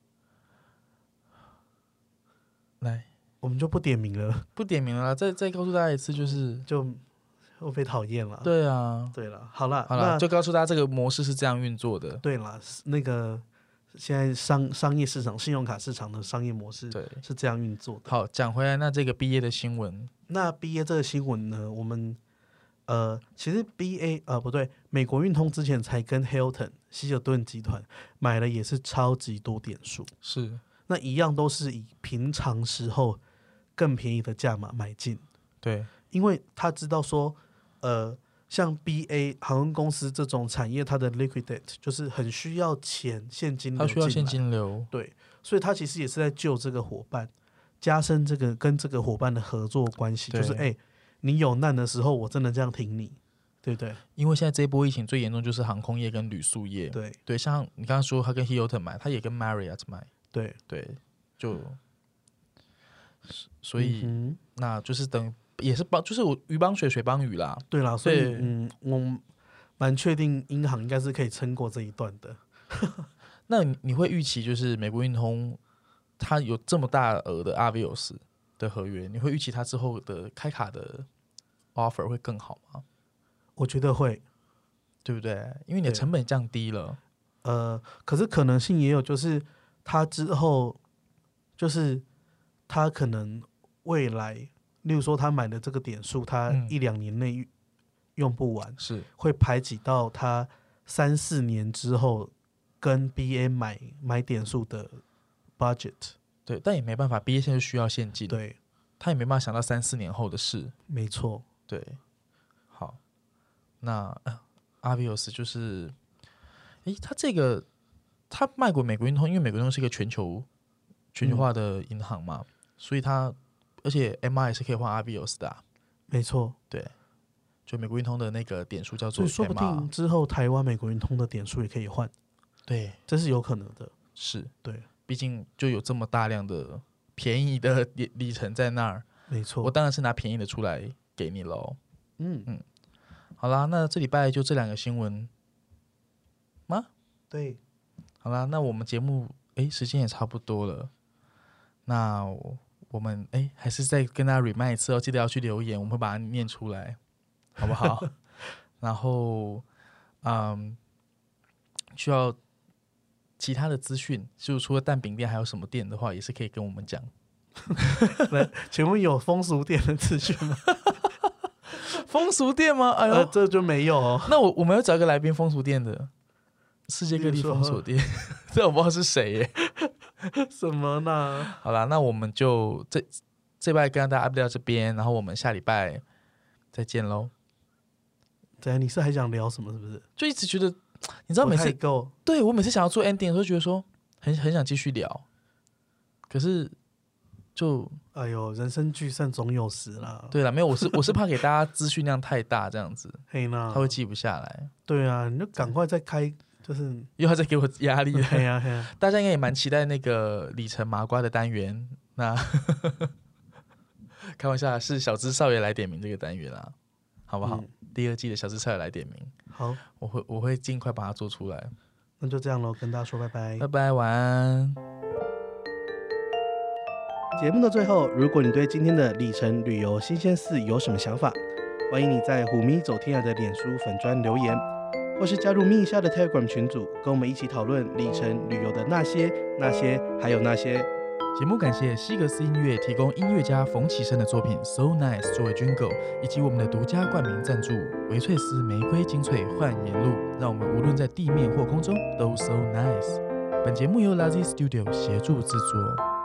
[SPEAKER 2] 来
[SPEAKER 1] 我们就不点名了，
[SPEAKER 2] 不点名了啦，再再告诉大家一次，就是
[SPEAKER 1] 就会被讨厌了。
[SPEAKER 2] 对啊，
[SPEAKER 1] 对了，好了，
[SPEAKER 2] 好
[SPEAKER 1] 那
[SPEAKER 2] 了，就告诉大家这个模式是这样运作的。
[SPEAKER 1] 对了，那个现在商商业市场、信用卡市场的商业模式
[SPEAKER 2] 对，
[SPEAKER 1] 是这样运作的。
[SPEAKER 2] 好，讲回来，那这个毕业的新闻，
[SPEAKER 1] 那 B A 这个新闻呢，我们呃，其实 B A 呃不对，美国运通之前才跟 Hilton 希尔顿集团买了也是超级多点数。
[SPEAKER 2] 是
[SPEAKER 1] 那一样都是以平常时候更便宜的价码买进，
[SPEAKER 2] 对，
[SPEAKER 1] 因为他知道说，呃，像 BA 航空公司这种产业，它的 liquidate 就是很需要钱现金
[SPEAKER 2] 它
[SPEAKER 1] 流
[SPEAKER 2] 需要
[SPEAKER 1] 嗯进
[SPEAKER 2] 现
[SPEAKER 1] 来，
[SPEAKER 2] 金流，
[SPEAKER 1] 对，所以他其实也是在救这个伙伴，加深这个跟这个伙伴的合作关系，就是哎、
[SPEAKER 2] 对
[SPEAKER 1] 你有难的时候，我真的这样挺你，对不对？
[SPEAKER 2] 因为现在这一波疫情最严重就是航空业跟旅宿业。
[SPEAKER 1] 对
[SPEAKER 2] 对，像你刚刚说，他跟 Hilton 买，他也跟 Marriott 买，
[SPEAKER 1] 对，
[SPEAKER 2] 对，就，所以、
[SPEAKER 1] 嗯哼
[SPEAKER 2] 那就是等也是帮，就是我鱼帮水，水帮鱼啦。
[SPEAKER 1] 对啦，所以
[SPEAKER 2] 对
[SPEAKER 1] 嗯，我蛮确定银行应该是可以撑过这一段的。
[SPEAKER 2] 那你你会预期就是美国运通，它有这么大额的 Avios 的合约，你会预期它之后的开卡的 offer 会更好吗？
[SPEAKER 1] 我觉得会，
[SPEAKER 2] 对不对？因为你的
[SPEAKER 1] 对
[SPEAKER 2] 成本降低了，
[SPEAKER 1] 呃，可是可能性也有，就是他之后，就是他可能未来，例如说他买的这个点数，他
[SPEAKER 2] 嗯
[SPEAKER 1] 一两年内用不完，
[SPEAKER 2] 是
[SPEAKER 1] 会排挤到他三四年之后跟 BA 买买点数的 budget。
[SPEAKER 2] 对，但也没办法，毕业现在就需要现金，
[SPEAKER 1] 对，
[SPEAKER 2] 他也没办法想到三四年后的事。
[SPEAKER 1] 没错，
[SPEAKER 2] 对，好，那、呃、Avios 就是，诶，它这个它卖给美国运通，因为美国运通是一个全球全
[SPEAKER 1] 嗯
[SPEAKER 2] 球化的银行嘛，所以它而且 MI 也是可以换 Avios 的、啊，
[SPEAKER 1] 没错。
[SPEAKER 2] 对，就美国运通的那个点数叫
[SPEAKER 1] 所
[SPEAKER 2] 做
[SPEAKER 1] 以说不
[SPEAKER 2] MR，
[SPEAKER 1] 定之后台湾美国运通的点数也可以换，
[SPEAKER 2] 对，
[SPEAKER 1] 这是有可能的。
[SPEAKER 2] 是，
[SPEAKER 1] 对，
[SPEAKER 2] 毕竟就有这么大量的便宜的 里里程在那儿，
[SPEAKER 1] 没
[SPEAKER 2] 我
[SPEAKER 1] 错，
[SPEAKER 2] 当然是拿便宜的出来给你喽。
[SPEAKER 1] 嗯，
[SPEAKER 2] 好啦，那这礼拜就这两个新闻
[SPEAKER 1] 对，
[SPEAKER 2] 好啦，那我们节目诶，时间也差不多了，那我我们诶，还是再跟大家 remind 一次哦，记得要去留言，我们会把它念出来，好不好？ 然后，嗯，需要其他的资讯，就除了蛋饼店还有什么店的话，也是可以跟我们讲。
[SPEAKER 1] 请问有风俗店的资讯吗？
[SPEAKER 2] 风俗店吗？ 哎呦，
[SPEAKER 1] 呃，这就没有 哦。
[SPEAKER 2] 那我我们要找一个来宾风俗店的，世界各
[SPEAKER 1] 比
[SPEAKER 2] 地
[SPEAKER 1] 如说
[SPEAKER 2] 风俗店， 这我不知道是谁耶。
[SPEAKER 1] 什么呢？
[SPEAKER 2] 好啦，那我们就这这礼拜跟大家 update 到这边，然后我们下礼拜再见喽。
[SPEAKER 1] 怎啊样？你是还想聊什么？是不是？
[SPEAKER 2] 就一直觉得，你知道
[SPEAKER 1] 不
[SPEAKER 2] 每
[SPEAKER 1] 太
[SPEAKER 2] 次
[SPEAKER 1] 够，
[SPEAKER 2] 对我每次想要做 ending 的时候，觉得说很很想继续聊，可是就
[SPEAKER 1] 哎呦，人生聚散总有时啦。
[SPEAKER 2] 对了，没有， 我是我是怕给大家资讯量太大，这样子
[SPEAKER 1] 嘿呢
[SPEAKER 2] 他，会记不下来，
[SPEAKER 1] 对啊，你就赶快再开， 就是
[SPEAKER 2] 又要再给我压 力了。
[SPEAKER 1] 嘿呀嘿呀，
[SPEAKER 2] 大家应该也蛮期待那个里程麻瓜的单元，那 开玩笑啦，啊是小资少爷来点名这个单元啦，好不好？
[SPEAKER 1] 嗯
[SPEAKER 2] 第二季的小资少爷来点名。
[SPEAKER 1] 好，
[SPEAKER 2] 我会我会尽快把它做出来。
[SPEAKER 1] 那就这样喽，跟大家说拜拜
[SPEAKER 2] 拜。拜，晚安。
[SPEAKER 1] 节目的最后，如果你对今天的里程旅游新鲜事有什么想法，欢迎你在虎咪走天涯的脸书粉砖留言，或是加入咪一下的 Telegram 群组，跟我们一起讨论里程旅游的那些、那些，还有那些。
[SPEAKER 2] 节目感谢西格斯音乐提供音乐家冯启生的作品《So Nice》作为 Jingle，以及我们的独家冠名赞助维翠斯玫瑰精粹焕颜露，让我们无论在地面或空中都 So Nice。本节目由 Lazy Studio 协助制作。